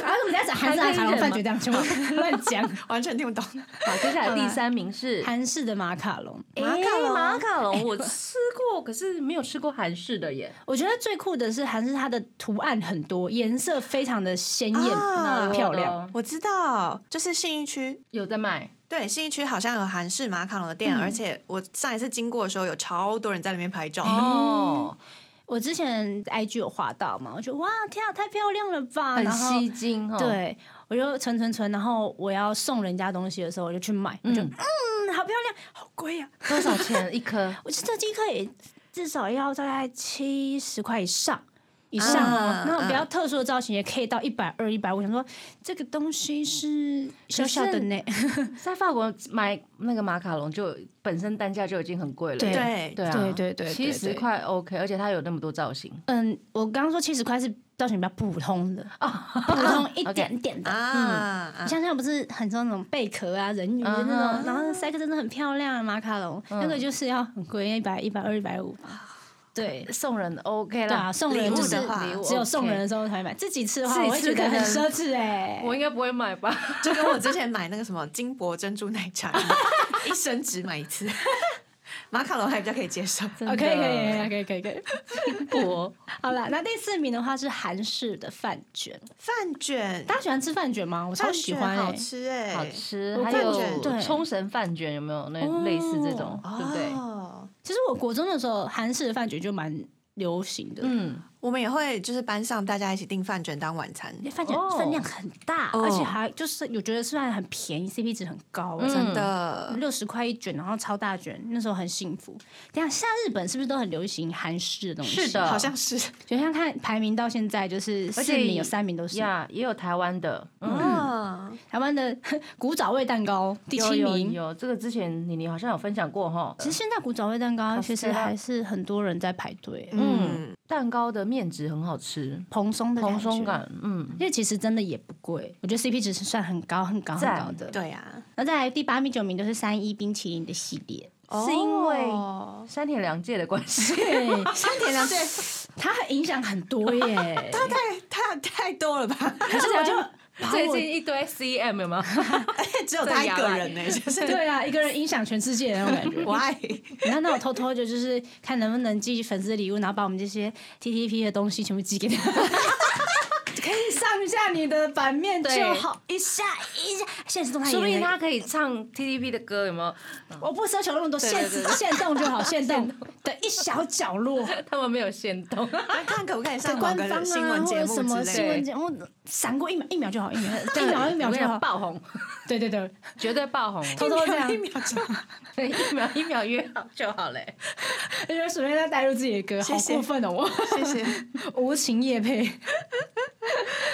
C: 然后我们在讲韩式的海龙饭局这样，全部 乱讲。
D: 完全听不懂。
B: 好，接下来第三名是
C: 韩式的哎马卡龙，
B: 诶
D: 马卡龙
B: 马卡龙我吃过，可是没有吃过韩式的耶。
C: 我觉得最酷的是韩式，它的图案很多，颜色非常的鲜艳、
D: 啊
C: 漂亮。
D: 我知道，就是信义区，
B: 有在卖，
D: 对，信义区好像有韩式马卡龙的店，而且我上一次经过的时候，有超多人在里面拍照。
B: 哦，
C: 我之前 IG 有画到嘛，我觉得哇，天啊，太漂亮了吧！
B: 嗯很
C: 啊然后
B: 吸睛哦。，
C: 对，我就存存存，然后我要送人家东西的时候，我就去买，我就
B: 嗯
C: 嗯，好漂亮，好贵呀、啊！
B: 多少钱一颗？
C: 我觉得这机可以至少要大概七十块以上。以上哦，
D: 嗯
C: 那种比较特殊的造型也可以到一百二、一百五。想说这个东西啊嗯是小小的呢，
B: 在法国买那个马卡龙就本身单价就已经很贵了，
C: 对
D: 对，
B: 对啊，
C: 对对对对
B: 七十
C: 对
B: 块 OK，而且它有那么多造型，
C: 嗯，我刚刚说七十块是造型比较普通的，啊普通一点点的。
D: 啊，
C: 你
D: 啊
C: 像现在不是很多那种贝壳啊、人鱼的那
B: 嗯哼
C: 种，然后塞克真的很漂亮，马卡龙那个就是要很贵，一百、一百二、一百五吧。对
B: 送人 OK
C: 对
B: 啦
C: 啊，。送人就是
D: 礼物的话
B: 礼物
C: 只有送
B: OK
C: 人的时候才买，自己吃的话
B: 自己
C: 我会
B: 吃
C: 觉
B: 可
C: 得很
B: 能
C: 奢侈哎。
B: 我应该不会买 吧？
D: 就跟我之前买那个什么金箔珍珠奶茶一样，一生只买一次。 马卡龙还比较可以接受，
C: 哦，可以可以可以可以可以可以。
B: 我
C: 好了，那第四名的话是韩式的饭卷，
D: 饭卷，
C: 大家喜欢吃饭卷吗？我超
D: 饭
C: 喜
D: 卷
C: 欢
D: 好
C: 哎、
D: 吃哎，
B: 好吃，
C: 我
B: 还
C: 饭
B: 有
D: 卷
C: 对
B: 冲绳饭卷有没有那类似这种，对不对？
D: 哦，
C: 其实我国中的时候，韩式的饭卷就蛮流行的，
B: 嗯，
D: 我们也会就是班上大家一起订饭卷当晚餐，
C: 因为饭卷
B: 哦
C: 分量很大，
D: 哦
C: 而且还就是我觉得虽然很便宜，CP 值很高、
B: 嗯
C: 真
D: 真的
C: 的。六十块一卷，然后超大卷，那时候很幸福。等一下，现在日本是不是都很流行韩式的东西？
B: 是的
D: 好像是
C: 就像看排名到现在，就是
B: 而
C: 四
B: 且
C: 名有三名都是
B: 呀，也有台湾的，嗯，
D: 嗯，
C: 台湾的 古早味蛋糕第
B: 有
C: 七
B: 有
C: 名。
B: 有这个之前妮妮好像有分享过哈，
C: 其实现在古早味蛋糕其实
B: Costella
C: 还是很多人在排队，
D: 嗯，
B: 蛋糕的面质很好吃，
C: 蓬松的
B: 蓬松
C: 觉，
B: 感，嗯，
C: 因为其实真的也不贵，我觉得 CP 值是算很高很高很
B: 赞
C: 高的。
D: 对啊呀，
C: 那再来第八名、九名都是三一冰淇淋的系 列。
B: 是因为
D: 哦啊
B: 山田凉介的关系，
C: 对，三点两对，它很影响很多
B: 啊
C: 耶。
D: 太太太 多了吧？
C: 可是我就把
B: 最
C: 我
B: 近一堆 CM 有没有？
D: 只有他一个人呢，就是
C: 对啊，一个人影响全世界的那种感觉。
D: 我 爱
C: 那那我偷偷就就是看能不能寄粉丝礼物，然后把我们这些 T T P 的东西全部寄给他。 可以上一下你的版面就
B: 对
C: 好，一下一下，现实动态也
B: 说不
C: 可以
B: 定他可以 唱 TDP 的歌有没有？
C: 我不奢求那么多，限
B: 对对
C: 限动就好，限动的一小角落，
B: 他们没有限 动，
D: 看哎可不可以上某
C: 官方啊
D: 个新闻
C: 或
D: 节
C: 者
D: 目
C: 什么
D: 之
C: 新
D: 类
C: 闻
D: 的。
C: 节目，闪过一秒一秒就好，一秒一秒一秒
B: 我跟你
C: 就
B: 讲
C: 好，
B: 爆红，
C: 对对对，
B: 绝对爆 红，
C: 偷偷这样，
D: 一秒钟，
B: 一 秒一秒约好就好嘞。
C: 因为随便他带入自己的歌，好
D: 谢谢
C: 过分哦，我
D: 谢谢。
C: 无情夜配。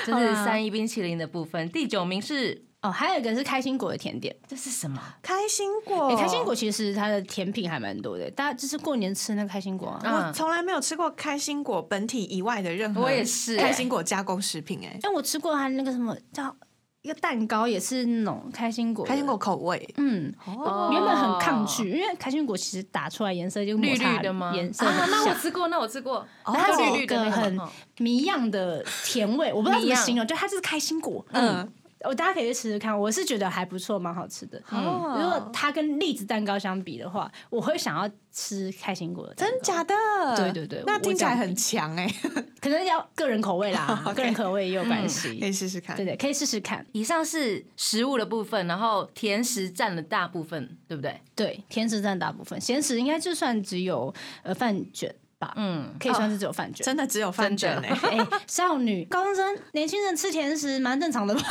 B: 这是三一冰淇淋的部分，第九名是
C: 哦，还有一个是开心果的甜点，
B: 这是什么？
D: 哎开心果
C: 诶，开
B: 哦
C: 心果其实它的甜品还蛮多的，大家就是过年吃那个开心果啊。
B: 嗯
D: 我从来没有吃过开心果本体以外的任何，
B: 我也是
D: 开心果加工食品哎、
C: 哎，我吃过它那个什么叫一个蛋糕，也是那种开心果的，
D: 开心果口味
C: 嗯，
B: 哦
C: 原本很抗拒，因为开心果其实打出来颜色就
B: 绿
C: 抹
B: 绿
C: 茶
B: 的吗？
C: 颜色
B: 啊，
C: 很
B: 那我
C: 像。
B: 吃过，那我吃过，
D: 哦
B: 它
C: 它
B: 是绿
C: 是一
B: 绿的
C: 个
B: 那
C: 很
B: 个。哦
C: 迷样的甜味，我不知道怎
B: 迷
C: 么
B: 样
C: 形容，就它就是开心果。
D: 嗯
C: 嗯，我大家可以去试试看，我是觉得还不错，蛮好吃的。嗯
D: 哦
C: 如果它跟栗子蛋糕相比的话，我会想要吃开心果的蛋糕
D: 真假的？
C: 对对对
D: 那听起来
C: 我这样
D: 很强哎、
C: 可能要个人口味啦
D: OK 嗯
C: 个人口味也有关
D: 可
C: 系。
D: 以试试看
C: 对。对，可以试试看。
B: 以上是食物的部分，然后甜食占了大部分，对不对？
C: 对，甜食占大部分，咸食应该就算只有呃饭卷吧，
B: 嗯，
C: 可以算是只有饭卷。
D: 真的只有饭卷
B: 真的
D: 哎、
C: 哎、少女、高中生、年轻人吃甜食蛮正常 的吧？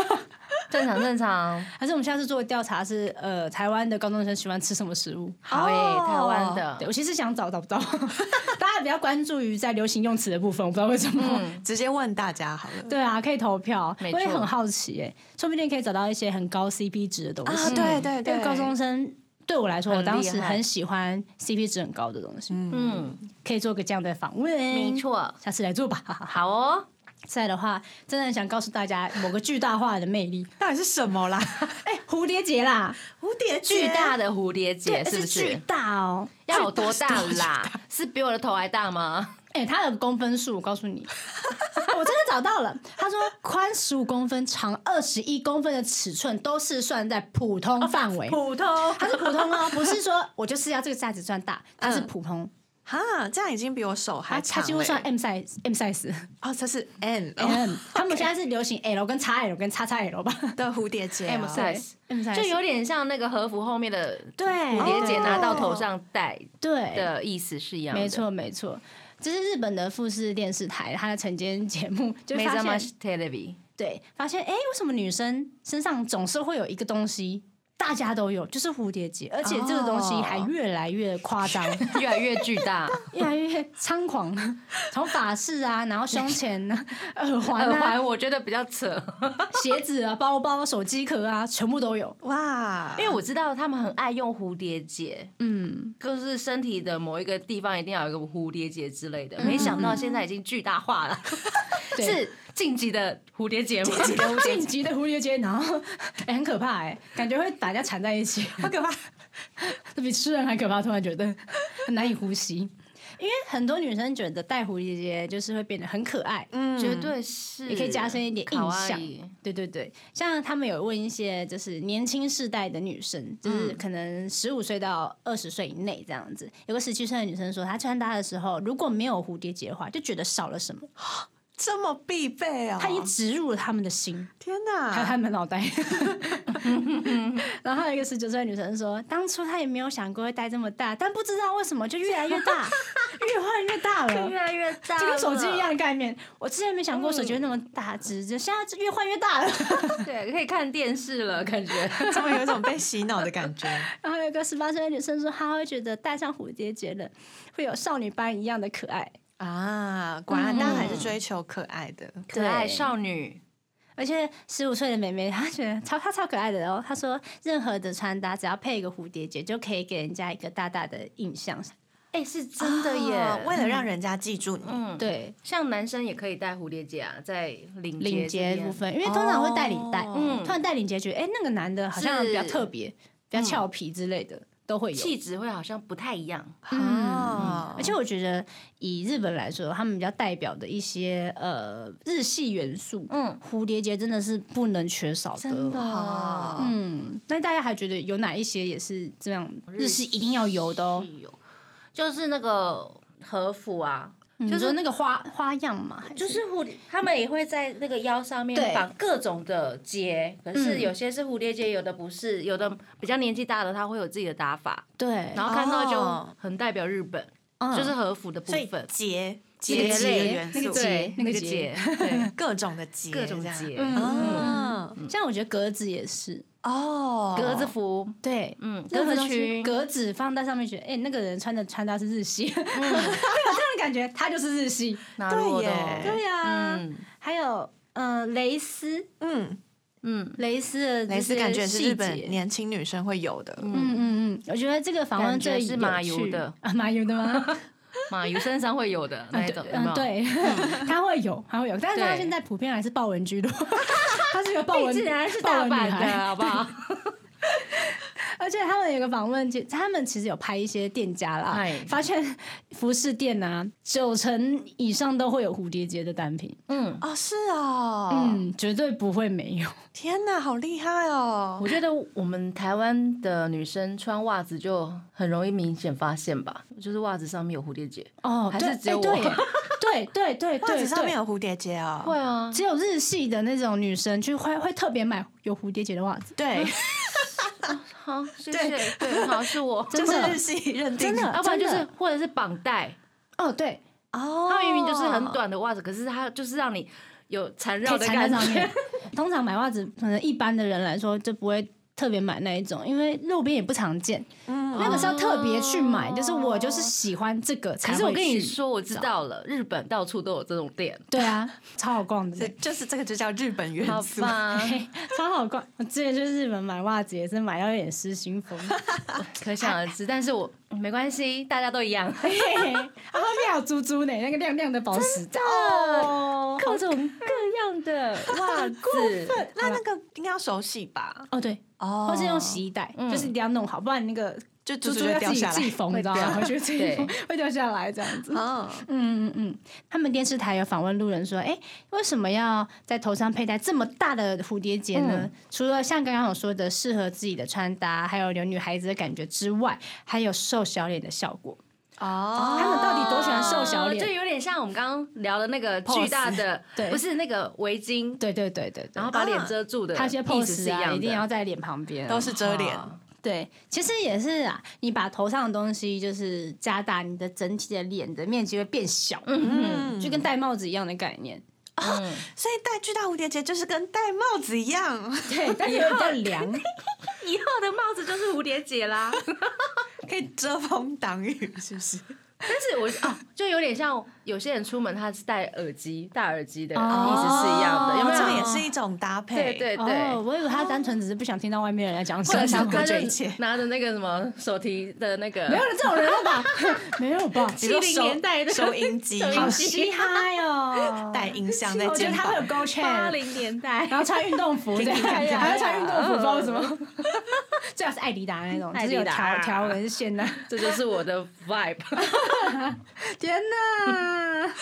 B: 正常正常。
C: 还是我们下次做个调查是，呃，台湾的高中生喜欢吃什么食物？
B: 好诶、
D: 哦
B: 台湾
C: 对
B: 的
C: 我其实想找找不到， 大家比较关注于在流行用词的部分，我不知道为什么。
D: 直接问大家好了。
C: 对啊，可以投票，
B: 没
C: 我也
B: 错
C: 很好奇哎、说不定可以找到一些很高 CP 值的东
D: 啊，
C: 西。
D: 对对
C: 嗯因为
D: 对，
C: 高中生对我来说，我
B: 很厉
C: 当时
B: 害
C: 很喜欢 CP 值很高的东西，
B: 嗯，
C: 可以做个这样的访问。
B: 没，错。
C: 下次来做吧。
B: 好哦，
C: 再的话，真的很想告诉大家某个巨大化的魅力，
D: 到底是什么啦？
C: 哎、蝴蝶结啦，
D: 蝴蝶结
B: 巨大的蝴蝶结
C: 对，
B: 是不
C: 巨
B: 是？
C: 大哦。
B: 要有多大啦？是比我的头还大吗？
C: 哎、它的公分数，我告诉你， 我真的找到了。他说，宽十五公分、长二十一公分的尺寸都是算在普通范
B: 哦
C: 围，
D: 普通
C: 它是普通哦，不是说我就是要这个 size 算大，它是
D: 嗯
C: 普通，
D: 哈，这样已经比我手
C: 它
D: 还
C: 它
D: 长、欸。
C: 几乎算 M size、M size、
D: 哦，这是 M 哦
C: M。他们现在是流行 L 跟 XL 跟 XXL 吧
D: 的蝴蝶结、
B: M
D: 哦
B: size
C: ，M size
B: 就有点像那个和服后面的
C: 对
B: 蝴蝶结
C: 哦
B: 哎拿到头上戴
C: 对
B: 的意思是一样的。
C: 没错，没错。这是日本的富士电视台，它的晨间节目就
B: 没
C: 发
B: 这么
C: 现，
B: television。
C: 对，发现哎、诶为什么女生身上总是会有一个东西，大家都有，就是蝴蝶结，而且这个东西还
D: 哦
C: 越来越夸张，
B: 越来越巨大，
C: 越来越且猖狂，从发饰啊，然后胸前 啊、耳环
B: 耳
C: 啊、
B: 环我觉得比较扯，
C: 鞋子啊、包包、手机壳啊，全部都有。
D: 哇，
B: 因为我知道他们很爱用蝴蝶结，
C: 嗯，
B: 就是身体的某一个地方一定要有一个蝴蝶结之类
C: 嗯
B: 的。没想到现在已经巨大化了，
C: 对
B: 是晋级的蝴蝶结吗？
C: 晋级的蝴蝶结，然后、哎很可怕哎、感觉会把人家缠在一起，
D: 好可怕！
C: 这比吃人还可怕。突然觉得很难以呼吸，因为很多女生觉得戴蝴蝶结就是会变得很可爱。
D: 嗯
B: 绝对是，
C: 也可以加深一点印
B: 卡哇
C: 象
B: 伊。
C: 对对对，像他们有问一些就是年轻世代的女生，就是可能十五岁到二十岁以内这样子。有个十七岁的女生说，她穿搭的时候如果没有蝴蝶结的话，就觉得少了什么。
D: 这么必备哦！
C: 她已经植入了他们的心，
D: 天
C: 还有
D: 哪，
C: 他们的脑袋。啊然后还有一个十九岁的女生说，当初她也没有想过会戴这么大，但不知道为什么就越来越大， 越换 越大了。
B: 来越大
C: 就跟手机一样的概念，我之前没想过手机会那么大只，就现在越换越大了。
B: 了，对，可以看电视了，感觉
D: 怎么有一种被洗脑的感觉？
C: 然后有个十八岁的女生说，她会觉得戴上蝴蝶结了，会有少女般一样的可爱。
D: 啊，果然大家还是追求可爱的。
B: 嗯可爱少女。
C: 而且十五岁的妹妹，她觉得超她超可爱的哦。她说，任何的穿搭只要配一个蝴蝶结，就可以给人家一个大大的印象。
B: 哎，是真的
D: 哦
B: 耶！
D: 为了让人家记住你，
B: 嗯，对，
C: 对，
B: 像男生也可以戴蝴蝶结啊，在领
C: 领
B: 结
C: 结
B: 这边
C: 部分，因为通常会戴领带，
D: 哦
B: 嗯
C: 突然戴领结觉得，哎、那个男的好像比较特别，比
B: 嗯
C: 较俏皮之类的，都会有。
B: 气质会好像不太一样。嗯
D: 哦
C: 而且我觉得以日本来说，他们比较代表的一些呃日系元素，
B: 嗯，
C: 蝴蝶结真的是不能缺少的。
B: 真的
D: 哦
C: 嗯，那大家还觉得有哪一些也是这样
B: 哦
C: 日系一定要有的哦？
B: 是有，哎就是那个和服啊，
C: 就
B: 就是
C: 是嗯那个花花样嘛，还
B: 就是蝴蝶，他们也会在那个腰上面
C: 对嗯
B: 绑各种的结，可是有些是蝴蝶结，有的不是，有的比较年纪大的他会有自己的打法，
C: 对，
B: 然后看到
D: 哦
B: 就很代表日本，
C: 嗯
B: 就是和服的部
D: 所以
B: 分，
D: 结
B: 结
D: 结
B: 类
D: 的元素，
C: 那个结
B: 对
C: 那个
B: 个
C: 结
B: 结，对
D: 各种的结，
B: 各种
D: 这样
B: 结，
C: 嗯
B: 嗯
D: 哦
C: 像我觉得格子也是，
D: 哦，
B: 格子服，
C: 对，
B: 嗯，
C: 任
B: 格子
C: 何东西
B: 裙，
C: 格子放在上面，觉得哎、那个人穿的穿搭是日系， 会有
B: 嗯
C: 这样的感觉，他就是日系。
B: 拿入
D: 对耶
B: 的，
C: 对呀、
B: 嗯
C: 还有嗯、呃蕾丝，
D: 嗯，
B: 嗯，
C: 蕾丝的
D: 蕾丝感觉是日本
C: 年。
D: 年轻女生会有的，
C: 嗯嗯嗯，我觉得这个访问
B: 感觉
C: 最
B: 是
C: 有
B: 马
C: 趣
B: 油的
C: 啊，马油 的吗？
B: 马鱼身上会有的那一种，有没
C: 嗯，
B: 有，
C: 对，他会有，他会有，但是他
B: 对
C: 现在普遍还是豹纹居多， 他是个豹纹，
B: 竟然是
C: 豹
B: 大
C: 纹女
B: 阪
C: 孩
B: 的，好不 好？
C: 而且他们有个访问，其他们其实有拍一些店家啦
B: 哎，
C: 发现服饰店啊，九成以上都会有蝴蝶结的单品，
B: 嗯。
D: 哦，是哦，
C: 嗯，绝对不会没有。
D: 天哪，好厉害哦！
B: 我觉得我们台湾的女生穿袜子就很容易明显发现吧，就是袜子上面有蝴蝶结。
C: 哦，
B: 还是
C: 对
B: 只有我
C: 哎对耶对对对
D: 袜
C: 对
D: 子上面
C: 对，
D: 有蝴蝶结哦，
B: 会啊，
C: 只有日系的那种女生就会会特别买有蝴蝶结的袜子。
B: 嗯
D: 对，
B: 好，谢
D: 对
B: 谢，对，好是我，
D: 就
B: 真
D: 是
B: 的，
D: 日系认定
C: 真的
B: 要不然就是
C: 真的
B: 或者是绑带，
C: 哦，对，
D: 哦，
B: 它明明就是很，短的袜子，可是它就是让你有缠
C: 可
B: 绕
C: 以
B: 的
C: 缠在
B: 感
C: 上
B: 觉
C: 面。。通常买袜子，可能一般的人来说就不会特别买那一种，因为路边也不常见。
D: 嗯，
C: 那个是要特别去买，
B: 哦
C: 就是我就是喜欢这个才
B: 可是
C: 会去。
B: 我跟你说，我知道了，日本到处都有这种店，
C: 对啊，超好逛
D: 这
C: 的，
D: 就是这个就叫日本元
B: 好
D: 素，
B: 吧？
C: 超好逛。我之前去日本买袜子也是买到有点失心 疯，
B: 可想而知，但是我嗯没关系，大家都一样。
C: 嘿嘿然后后面还有珠珠呢，那个亮亮的宝石，哦，
B: 各种各样 的袜子，
D: 那那个应该要手洗吧？
C: 哦对，
D: 哦
C: 或是用洗衣袋，
B: 嗯
C: 就是一定要弄好，不然那个
D: 就
C: 珠珠
D: 珠珠
C: 要
D: 就
C: 自
D: 掉
C: 己
D: 下
C: 自己
D: 来。
C: 缝，你知道吗？回去自己缝会掉下来这样子。
D: 哦，
C: 嗯嗯嗯，他们电视台有访问路人说，哎、为什么要在头上佩戴这么大的蝴蝶结呢？除了像刚刚我说的适合自己的穿搭，还有有女孩子的感觉之外，还有瘦小脸的效果。
D: 哦，
C: 他们到底多喜欢瘦小
B: 哦就
C: 脸？
B: 有点像我们刚刚聊的那个巨大 的，
C: 对
B: 不是那个围巾，
C: 对对对对对
B: 然后。把脸遮住的，
C: 他一些
B: 意思是
C: pose 啊，
B: 样的
C: 一定要在脸旁边，
D: 都是遮脸，
C: 对。其实也是啊，你把头上的东西就是加大，你的整体的脸的面积会变小，
D: 嗯，
C: 就跟戴帽子一样的概念。
D: 所以戴巨大蝴蝶结就是跟戴帽子一样，
C: 对，但是又比较凉。
B: 以后的帽子就是蝴蝶结啦。
D: 可以遮风挡雨，是不是？
B: 但是我啊，就有点像有些人出门他是戴耳机，戴耳机的意
C: 哦
B: 思是一样的，有没
D: 这
B: 有？
D: 也是一种搭配。
B: 对对
C: 哦，
B: 对。
C: 我以为他单纯只是不想听到外面的人在讲什
B: 或者
C: 么，
B: 是
D: 想
B: 他就
D: 这一切
B: 拿着那个什么手提的那个，
C: 没有人这种人了吧？ 没有吧？
B: 七零年代的
D: 收音 机，
B: 收
C: 好
B: 音机
C: 嘻哈哟！
D: 带音箱在
C: 哦我觉
D: 肩
C: 得他会有
D: 膀。
C: 勾
B: 八
C: chain，
B: 零年代，嗯
C: 然后穿运动服这 样，
D: 看看
C: 还要穿运动服，不知道为什么。 最好是艾迪达那种，就
B: 艾
C: 是
B: 迪
C: 有
B: 达
C: 条条纹线的。
B: 这就是我的 vibe。
C: 天哪！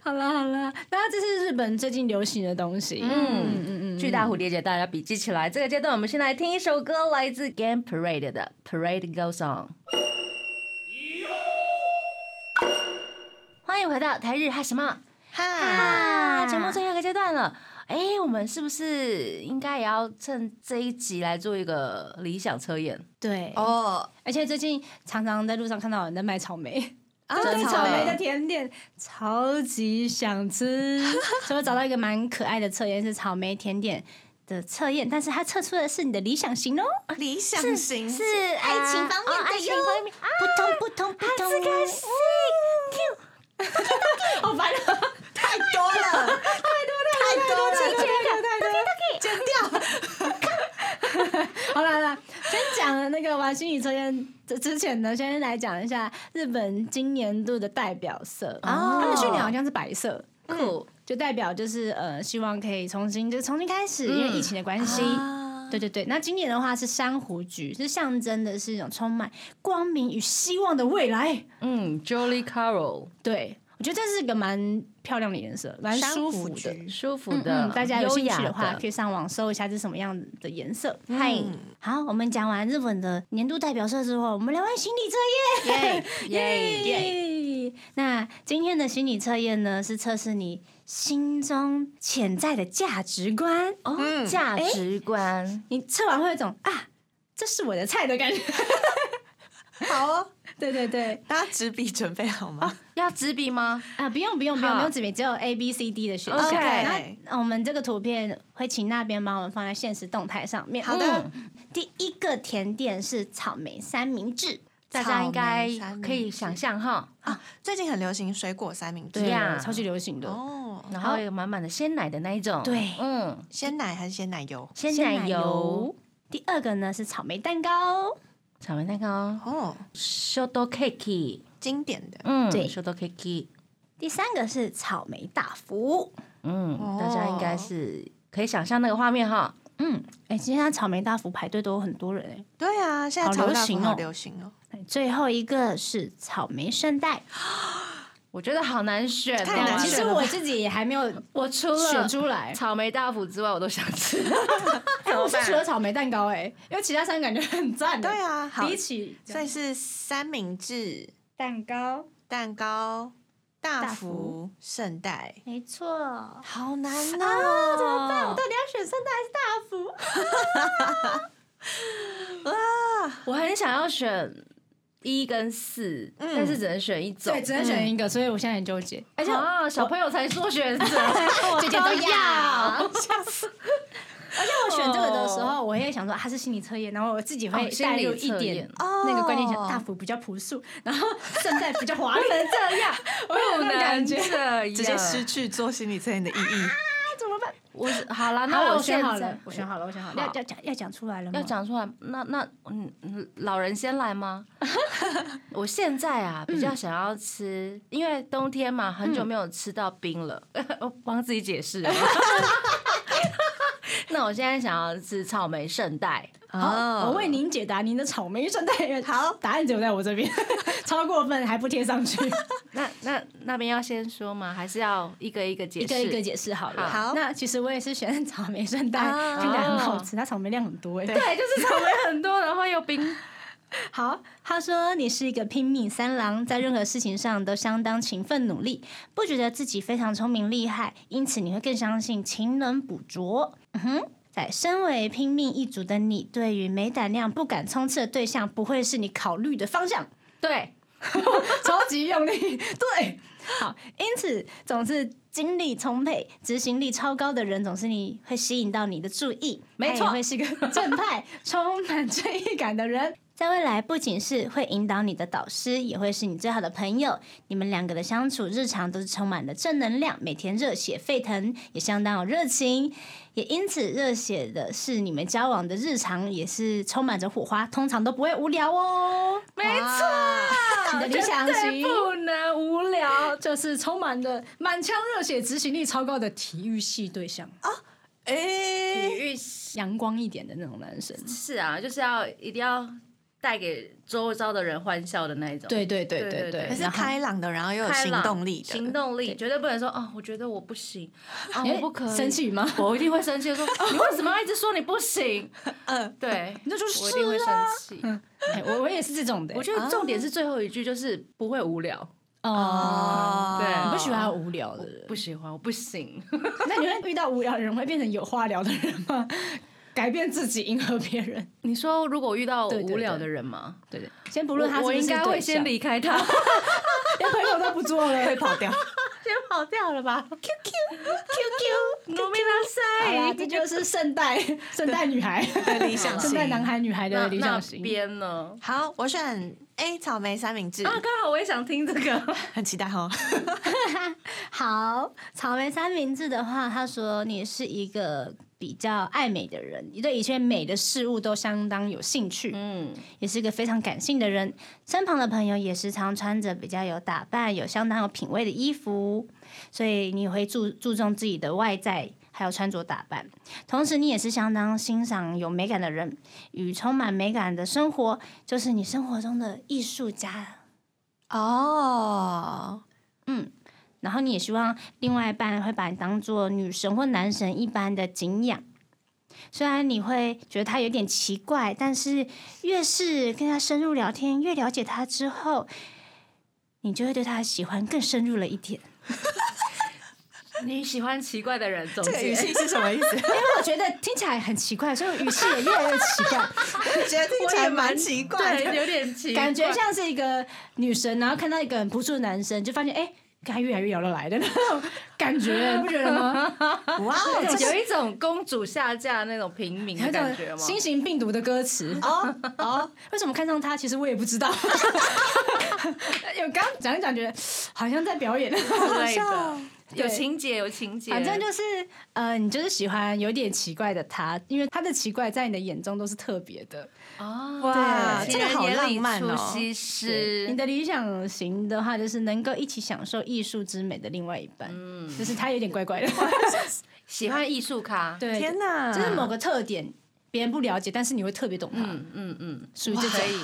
C: 好了好了，那这是日本最近流行的东西。嗯嗯嗯，
B: 巨大蝴蝶结，大家笔记起来。这个阶段，我们先来听一首歌，来自 Game Parade 的《Parade Goes On》。欢迎回到台日哈什么
D: 哈，
B: 啊！节目最后一个阶段了，哎，我们是不是应该也要趁这一集来做一个理想测验？
C: 对哦。
D: 哦，
C: 而且最近常常在路上看到有人在卖草莓， 啊
D: 真
C: 对
D: 的
C: 草莓的甜点超级想 吃，所以我找到一个蛮可爱的测验，是草莓甜点的测验，但是它测出的是你的理想型哦，
D: 理想型
B: 是爱情方面的哟，
C: 不同不同不同，好烦啊！
D: 太多了， 太多了，太多了，剪掉。
C: 好了好了，先讲那个玩心理测验之之前呢，先来讲一下日本今年度的代表色。
B: 哦
C: 他们去年好像是白色，嗯
B: 酷
C: 就代表就是呃，希望可以重新就重新开始，因为疫情的关系。对对对，那今年的话是珊瑚橘，是象征的是一种充满光明与希望的未来。
B: 嗯，Jolly Carol，
C: 对，我觉得这是一个蛮漂亮的颜色，蛮舒服的。
B: 舒服
C: 嗯
B: 的，
C: 嗯，大家有
B: 优
C: 兴
B: 雅
C: 趣的话，可
B: 的嗯
C: 以上网搜一下这是什么样的颜色。
B: 嗨，
C: 好，我们讲完日本的年度代表色之后，我们来玩心理测验。
B: 耶耶，
C: 耶！那今天的心理测验呢，是测试你心中潜在的价值观。
B: 哦，
C: 嗯
B: 价值观，
C: 你测完会有一种啊，这是我的菜的感 觉。
D: 好哦，
C: 对对对，
D: 大家纸笔准备好吗？
B: 要纸笔吗？
C: 啊，不用不用不用
B: 好
C: 不用纸笔，只有 A B C D 的选项。
B: OK
C: 那我们这个图片会请那边帮我们放在现实动态上面。
D: 好的
C: 嗯，第一个甜点是草莓三明治。
B: 大家应该可以
D: 想。
B: 想象哈，
D: 啊，最近很流行水果三明治
B: 对啊呀
C: 超级流行的。
D: 哦，
B: 然后有满满的鲜奶的那一种，
C: 对
B: 嗯，
D: 鲜奶还是鲜奶油？
B: 鲜
C: 鲜
B: 奶油、。
C: 第二个呢是草莓蛋糕，
B: 草莓蛋糕、
D: 哦，
B: short cake，
D: 经典的
B: 嗯，
C: 对
B: ，short cake，
C: 第三个是草莓大福。
B: 嗯，
D: 哦
B: 大家应该是可以想象那个画面哈，
C: 嗯，哎、今天它草莓大福排队都有很多人哎、
D: 对啊，现在
C: 好
D: 炒
C: 流
D: 大福
C: 行
D: 好
C: 哦
D: 流行哦，
C: 哎最后一个是草莓圣代，
B: 我觉得好难选哦，
D: 太难
C: 其
D: 选
C: 实
D: 了吧
C: 我自己也还没有
B: 我除了
C: 选出 来。
B: 草莓大福之外，我都想 吃，
C: 哎、我是除了草莓蛋糕哎、因为其他三个感觉很赞的。
D: 对啊，好，
C: 比起
D: 所以是三明治、
C: 蛋糕，
D: 蛋糕、大
C: 大
D: 福
C: 福、
D: 圣代，
C: 没错。
D: 好难
C: 啊
D: 哦，
C: 到底要选圣代还是大福？
B: 我很想要选一跟四，但是只能选一种
C: 嗯对，，只能哦选一个，所以我现在很纠结。而且
B: 啊，小朋友才说选择，我
C: 姐姐都要。而且我选这个的时候，我也想说啊它是心理测验，然后我自己会
B: 哦心
C: 带
B: 理
C: 入一
B: 测
C: 点
B: 验
C: 啊那个关键
D: 哦
C: 词，大幅比较朴素，然后圣代比较华丽，
B: 这 样，
C: 我有
B: 不
C: 那种
B: 能
C: 感
B: 这
C: 觉，
B: 样，
D: 直接失去做心理测验的意义。
C: 怎么办？
B: 我是好了，
C: 好
B: 那
C: 我
B: 现
C: 选好
B: 在
C: 了，我选好了，我选好了，
B: 好
C: 要要讲要讲出来了吗？
B: 要讲出来，那那嗯，嗯老人先来 吗？我现在啊，
C: 嗯
B: 比较想要吃，因为冬天嘛，很久没有吃到冰了， 我帮自己解释 哦。那我现在想要吃草莓圣代，
C: 啊
D: 哦
C: 好，我为您解答您的草莓圣代园。好，答案只有在我这 边，超过分还不贴上去，
B: 那那那边要先说吗？还是要一个一个解
C: 一
B: 释？
C: 个一个解释好了。
D: 好
C: 那其实我也是选草莓圣代，
D: 啊
C: 看起来很好吃，它草莓量很多哎。
B: 对，就是草莓很多，然后又冰。
C: 好，他说你是一个拼命三郎，在任何事情上都相当勤奋努力，不觉得自己非常聪明厉害，因此你会更相信勤能补拙。嗯哼。在身为拼命一族的你，对于没胆量、不敢冲刺的对象，不会是你考虑的方向。
B: 对，
C: 超级用力，对，好，因此总是精力充沛、执行力超高的人，总是你会吸引到你的注意，
B: 没错
C: 他也会是个正派、充满正义感的人。在未来，不仅是会引导你的导师，也会是你最好的朋友。你们两个的相处日常都是充满了正能量，每天热血沸腾，也相当有热情。也因此，热血的是你们交往的日常，也是充满着火花，通常都不会无聊哦。
B: 没
C: 你的理想
E: 对
C: 型
E: 不能无聊，就是充满着满腔热血、执行力超高的体育系对象，
D: 哎，
C: 哦阳光一点的那种男生。
B: 是啊，就是要一定要带给周遭的人欢笑的那一种。
C: 对对对
B: 对对
C: 对
B: 对
C: 对，
D: 可是
C: 然后
D: 开朗的，然后又有
B: 开
D: 行
B: 朗
D: 动力的，
B: 行动力绝对不能说啊，我觉得我不行啊，
C: 哎
B: 我不可以
C: 生气吗？
B: 我一定会生 气，说你为什么要一直说你不行？
D: 嗯，
B: 对，
E: 那就是
B: 我一定会生气。
C: 哎我我也是这种的
B: 我。觉得重点是最后一句，就是不会无聊，
C: 哦，
B: 对
C: 你不喜欢无聊 的人？
B: 不喜欢，我不行。
C: 那你会遇到无聊的人，会变成有话聊的人吗？改变自己，迎合别人。
B: 你说如果遇到
C: 对对
B: 无聊的人吗？
C: 对对，先不论他是不
B: 我
C: 是
B: 应该会
C: 对
B: 先
C: 象，
B: 离开他，
C: 连朋友都不做了，会跑掉。
B: 先跑掉了吧？Q Q Q Q，农民
C: 好啦，
B: 大
C: 这就是圣代圣代女孩、
D: 的理 想
C: 圣代男
D: 型。
C: 孩、女孩的
B: 那
C: 理
B: 啊那
C: 想型。
B: 边呢？
D: 好，我选 A 草莓三明治，
B: 啊，刚好我也想听这个。
D: 很期待哦。
C: 好，草莓三明治的话，他说你是一个比较爱美的人，你对一切美的事物都相当有兴趣，
B: 嗯，
C: 也是一个非常感性的人。身旁的朋友也时常穿着比较有打扮、有相当有品味的衣服，所以你会注注重自己的外在。还有穿着打扮，同时你也是相当欣赏有美感的人，与充满美感的生活，就是你生活中的艺术家
D: 哦，
C: 然后你也希望另外一半会把你当做女神或男神一般的敬仰。虽然你会觉得他有点奇怪，但是越是跟他深入聊天，越了解他之后，你就会对他的喜欢更深入了一点。
B: 你喜欢奇怪的人，总
D: 这个语
B: 结
D: 气是什么意思？
C: 因为我觉得听起来很奇怪，所以语气也越来越奇 怪，
D: 觉得听起来蛮奇怪的。
B: 对，有点奇怪，
C: 感觉像是一个女神，然后看到一个很朴素的男生，就发现哎。诶跟他越来越聊得来的那种感觉，你不觉得吗？
D: 哇
B: 有
D: 哦，
B: 一
D: 这
B: 种
D: 是
B: 有一种公主下嫁那种平民
C: 有
B: 的
C: 一
B: 感觉
C: 种
B: 吗？
C: 新型病毒的歌词
D: 哦哦，
C: 为什么看上他？其实我也不知道。 有刚讲一讲，觉得好像在表演。
B: 之类
D: 好
B: 的
D: 笑，
B: 有
C: 对
B: 情节，有情节，
C: 反正就是，呃，你就是喜欢有点奇怪的他，因为他的奇怪在你的眼中都是特别的。
B: 啊，
D: 哇，
B: 情
D: 这个
B: 人
D: 好
B: 眼
D: 浪
B: 里
D: 漫
B: 出
D: 哦。
B: 西施，
C: 你的理想型的话，就是能够一起享受艺术之美的另外一半，
B: 嗯
C: 就是他有点怪怪的。
B: 喜欢艺术咖，
C: 对，
D: 天哪，
C: 就是某个特点别人不了解，但是你会特别懂他，
B: 嗯嗯嗯，
C: 属于这种
B: 可。以，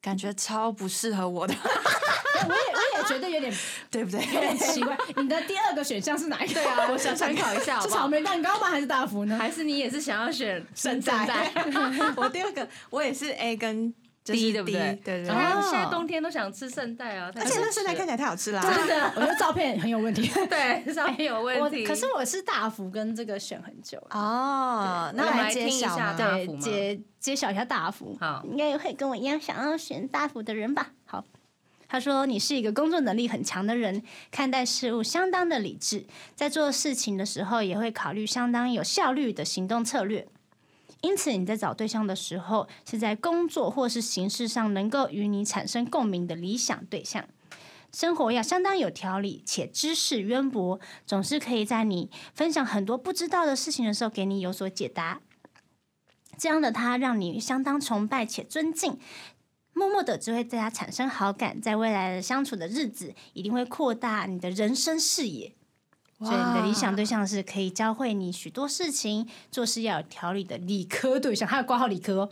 D: 感觉超不适合我的，
C: 我也我也觉得有点
D: 对不对？
C: 有点奇怪。你的第二个选项是哪一个？对啊，
B: 我想参考一下好
C: 是
B: 不
C: 草
B: 好？
C: 莓蛋糕吗？还是大福呢？
B: 还是你也是想要选正
C: 神
B: 在
C: 在？
D: 我第二个，我也是 A 跟就是
B: D，对
D: 对
B: 不对
D: 对
B: 你看
C: 哦
B: 哎现在冬天都想吃圣代啊，
D: 而且那圣代看起来太好吃啦，
C: 真的，我觉得照片很有问题。
B: 对上面有
C: 我
B: 问题，
C: 可是我是大福跟这个选很久，啊
D: 哦，那
B: 我们来
D: 来揭
B: 听一
D: 晓
B: 下
D: 吗
B: 大
C: 对
B: 福，吗
C: 揭揭晓一下大福。
B: 好
C: 应该会跟我一样想要选大福的人吧？好。他说：“你是一个工作能力很强的人，看待事物相当的理智，在做事情的时候也会考虑相当有效率的行动策略。因此，你在找对象的时候，是在工作或是形式上能够与你产生共鸣的理想对象。生活要相当有条理，且知识渊博，总是可以在你分享很多不知道的事情的时候，给你有所解答。这样的他让你相当崇拜且尊敬，默默的只会对他产生好感，在未来的相处的日子，一定会扩大你的人生视野。所以你的理想对象是可以教会你许多事情，做事要有条理的理科对象，还有挂号理科哦。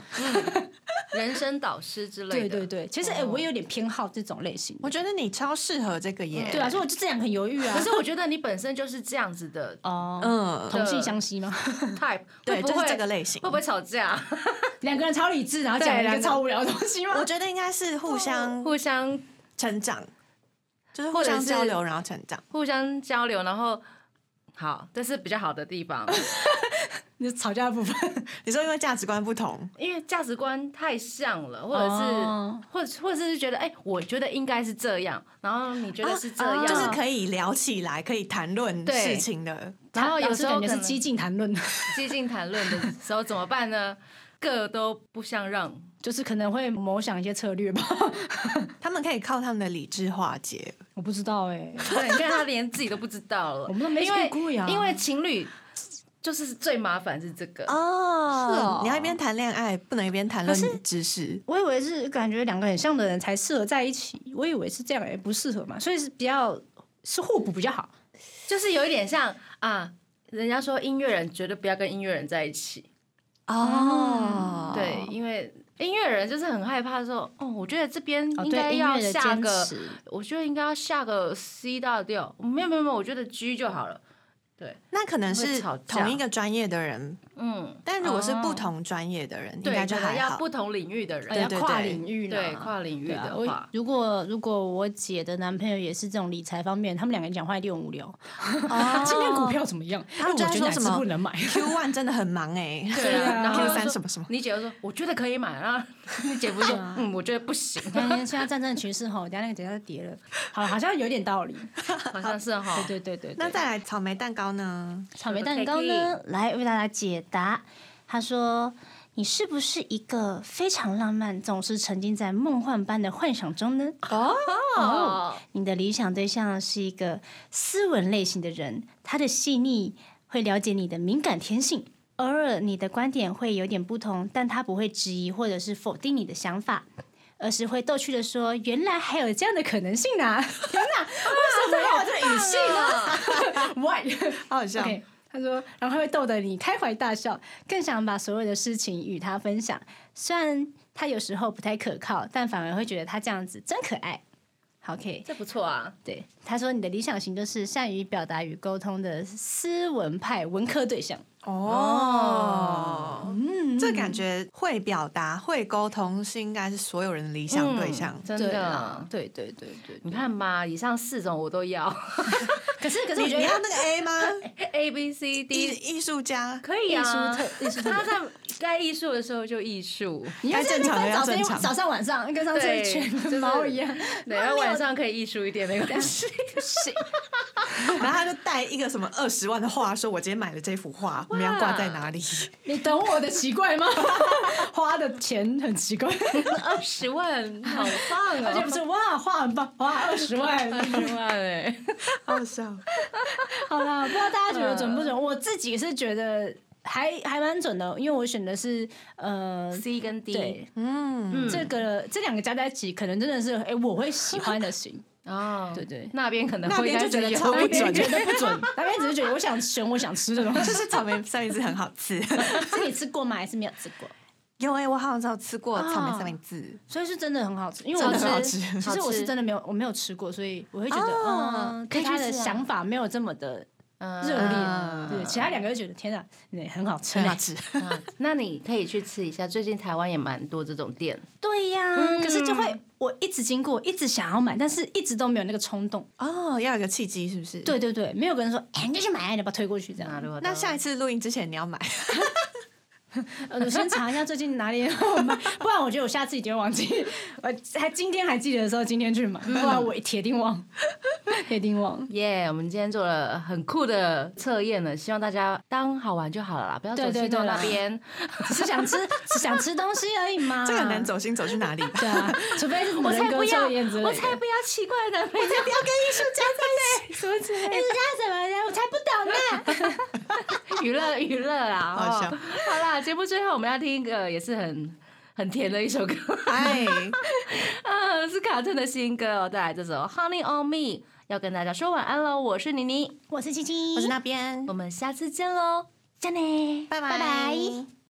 B: 人生导师之类
C: 对
B: 的，
C: 对对，其实哎、我有点偏好这种类型的
D: 我觉得你超适合这个耶，
C: 对啊，所以我就这两个很犹豫啊。
B: 可是我觉得你本身就是这样子的
C: 哦，
D: 嗯，
C: 同性相吸吗？
B: type，
D: 对，
B: 啊会不
D: 就是这个
B: 会
D: 类型
B: 会不。会吵架？
C: 两个人超理智，然后讲了一个超无聊的东西吗？
D: 我觉得应该是互相
B: 互相
D: 成长，就是
B: 或
D: 互
B: 者
D: 相
B: 是
D: 交流，然后成长。
B: 互相交流，然后好，这是比较好的地 方，
C: 你吵架的部分，
D: 你说因为价值观不同，
B: 因为价值观太像了，或者是、
C: 哦
B: 或者或者是觉得，哎、我觉得应该是这样，然后你觉得是这样，
C: 哦
D: 啊就是可以聊起来，可以谈论
B: 对
D: 事情的。
B: 然后有时候
C: 感觉
B: 可
C: 是
B: 能
C: 激进谈论，
B: 激进谈论的时候怎么办呢？个都不相让。
C: 就是可能会谋想一些策略吧，
D: 他们可以靠他们的理智化解。
C: 我不知道哎、
B: 对，你看他连自己都不知道了，
C: 我们都没
B: 因为
C: 去估呀
B: 因为情侣就是最麻烦是这个，
D: 哦
C: 是哦
D: 你要一边谈恋爱，不能一边谈论知识。
C: 我以为是感觉两个很像的人才适合在一起，我以为是这样哎、不适合嘛，所以是比较是互补比较好。
B: 就是有一点像啊，人家说音乐人绝对不要跟音乐人在一起，
C: 哦
B: 对，因为音乐人就是很害怕说，哦，我觉得这边
C: 哦
B: 应该
C: 对音
B: 要
C: 乐的
B: 下
C: 坚
B: 个，
C: 持，
B: 我觉得应该要下个 C 大调，没有没有没有，我觉得 G 就好了，
D: 那可能
B: 会
D: 是
B: 吵架
D: 同一个专业的人，
B: 嗯，
D: 但如果是
C: 哦
D: 不同专业的人，应
B: 对，
D: 该就
B: 可能
D: 还
B: 要
D: 好
B: 不。同领域的人，
C: 要
D: 对对
C: 跨
D: 对
C: 领域呢，
B: 对跨领域
C: 对啊
B: 的
C: 我
B: 话，
C: 如果如果我姐的男朋友也是这种理财方面，他们两个人讲话一定很无聊。
D: 哦
E: 今天股票怎么样？
D: 他们
E: 因为我
D: 居
E: 觉
D: 然说
E: 得哪只
D: 什么
E: 不能买。
D: Q one 真的很忙哎、
B: 对啊，然后
D: Q
B: 就
D: 三
B: 说
D: 什么什么，
B: 你姐就说，我觉得可以买，然后你姐夫说，嗯，我觉得不行，
C: 你看现在战争的局势吼，等一下那个等一下就跌了，好，好像有点道理。
B: 好像是哈，
C: 对对对对。
D: 那再来草莓蛋糕呢？
C: 草莓蛋糕呢，来为大家解答。他说：“你是不是一个非常浪漫，总是沉浸在梦幻般的幻想中 呢？
B: 哦，
C: 你的理想对象是一个斯文类型的人，他的细腻会了解你的敏感天性，偶尔你的观点会有点不同，但他不会质疑或者是否定你的想法。”而是会逗趣的说：“原来还有这样的可能性啊！天哪，为什么 要有这啊个语气 呢？Why？
D: 好好笑
C: OK，他说，然后会逗得你开怀大笑，更想把所有的事情与他分享。虽然他有时候不太可靠，但反而会觉得他这样子真可爱。好 OK，
B: 这不错啊，
C: 对，他说你的理想型就是善于表达与沟通的斯文派文科对象。
D: 哦，
B: 嗯
D: 这感觉会表达、会沟通是应该是所有人的理想对象。
B: 嗯真
C: 对
B: 的
C: 啊，对对对对。
B: 你看吧，以上四种我都要
C: 可是可是
D: 你
C: 我觉
D: 你
C: 得
D: 要那个 A 吗？
B: ，A B C
D: 艺
B: D，
D: 艺术家
B: 可以啊。
C: 艺术特
B: 他在该艺术的时候就艺 术，
C: 你要
D: 该
C: 在那
D: 正常的
C: 边
D: 要
C: 早
D: 正
C: 上
D: 常
C: 早上晚上跟上这
B: 对
C: 一群
B: 就是
C: 跟猫一样，
B: 对，然后晚上可以艺术一点没关 系。
C: 不行。
D: 然后他就带一个什么二十万的画，说我今天买了这幅画，我们要挂在哪里？
C: 你懂我的奇怪吗？ 花的钱 很哦奇怪，
B: 二十万，好棒
C: 而且不
B: 哦！
C: 是哇，花很棒，花二十
B: 二
C: 万。
B: 十万哎，
D: 好好笑。
C: 好了，不知道大家觉得准不准？我自己是觉得还还蛮准的，因为我选的是呃。
B: ，C 跟 D，
C: 对，
D: 嗯，
C: 这个这两个加在一起，可能真的是哎、我会喜欢的型，
B: 哦，
C: 对对
B: 那边可能
D: 那
B: 会
D: 边就觉得
B: 开始有
D: 超不准
C: 那边觉 得不准，那边只是觉得我想选我想吃的东西
D: 嗯就。是草莓三明治很好 吃。
C: 是你吃过吗？还是没有吃过？
D: 有哎、我好像只有吃过草莓三明治，
C: 所以是真的很好吃，因为我
D: 真的很好
C: 吃
D: 吃，
C: 其实我是真的没有我没有吃过，所以我会觉得嗯，对他的想法没有这么的热烈，
D: 嗯
C: 啊对，其他两个就觉得天哪，你很好吃
D: 很，好吃。
B: 啊那你可以去吃一下，最近台湾也蛮多这种店。
C: 对呀，嗯可是就会我一直经过，一直想要买，但是一直都没有那个冲动。
D: 哦，要有个契机是不是？。
C: 对对对，没有个人说，哎，你就去买，你把它推过去这样。
D: 那下一次录音之前你要买，
C: 呃，我先查一下最近哪里有买，不然我觉得我下次一定会忘记。 我还今天还记得的时候，今天 去买，不然我铁定忘，铁定忘。
B: 耶我们今天做了很酷的测验呢，希望大家当好玩就好了啦，不要走
C: 对对
B: 心到
C: 对啦
B: 那边。
C: 只是想吃，只想吃东西而已嘛。
D: 这个很难。走心走去哪里吧？
C: 对啊，除非是什么
B: 我
C: 人
B: 才不
C: 格
B: 要，
C: 测验之类的。
B: 我才不要奇怪的哎男朋友， 我才不
C: 什么之类的？人家什么人？我才不懂呢。
B: 要 娱乐娱乐 啦。
D: 好
B: 哦
D: 笑
B: 好啦，节目最后我们要听一个也是很很甜的一首歌，
D: 哎，
B: 啊，是卡顿的新歌哦，带来这首《Honey on Me》，要跟大家说晚安喽。我是妮妮，
C: 我是七七，
D: 我是那边
B: 我，们下次见喽，加内。
D: 拜拜
C: 拜拜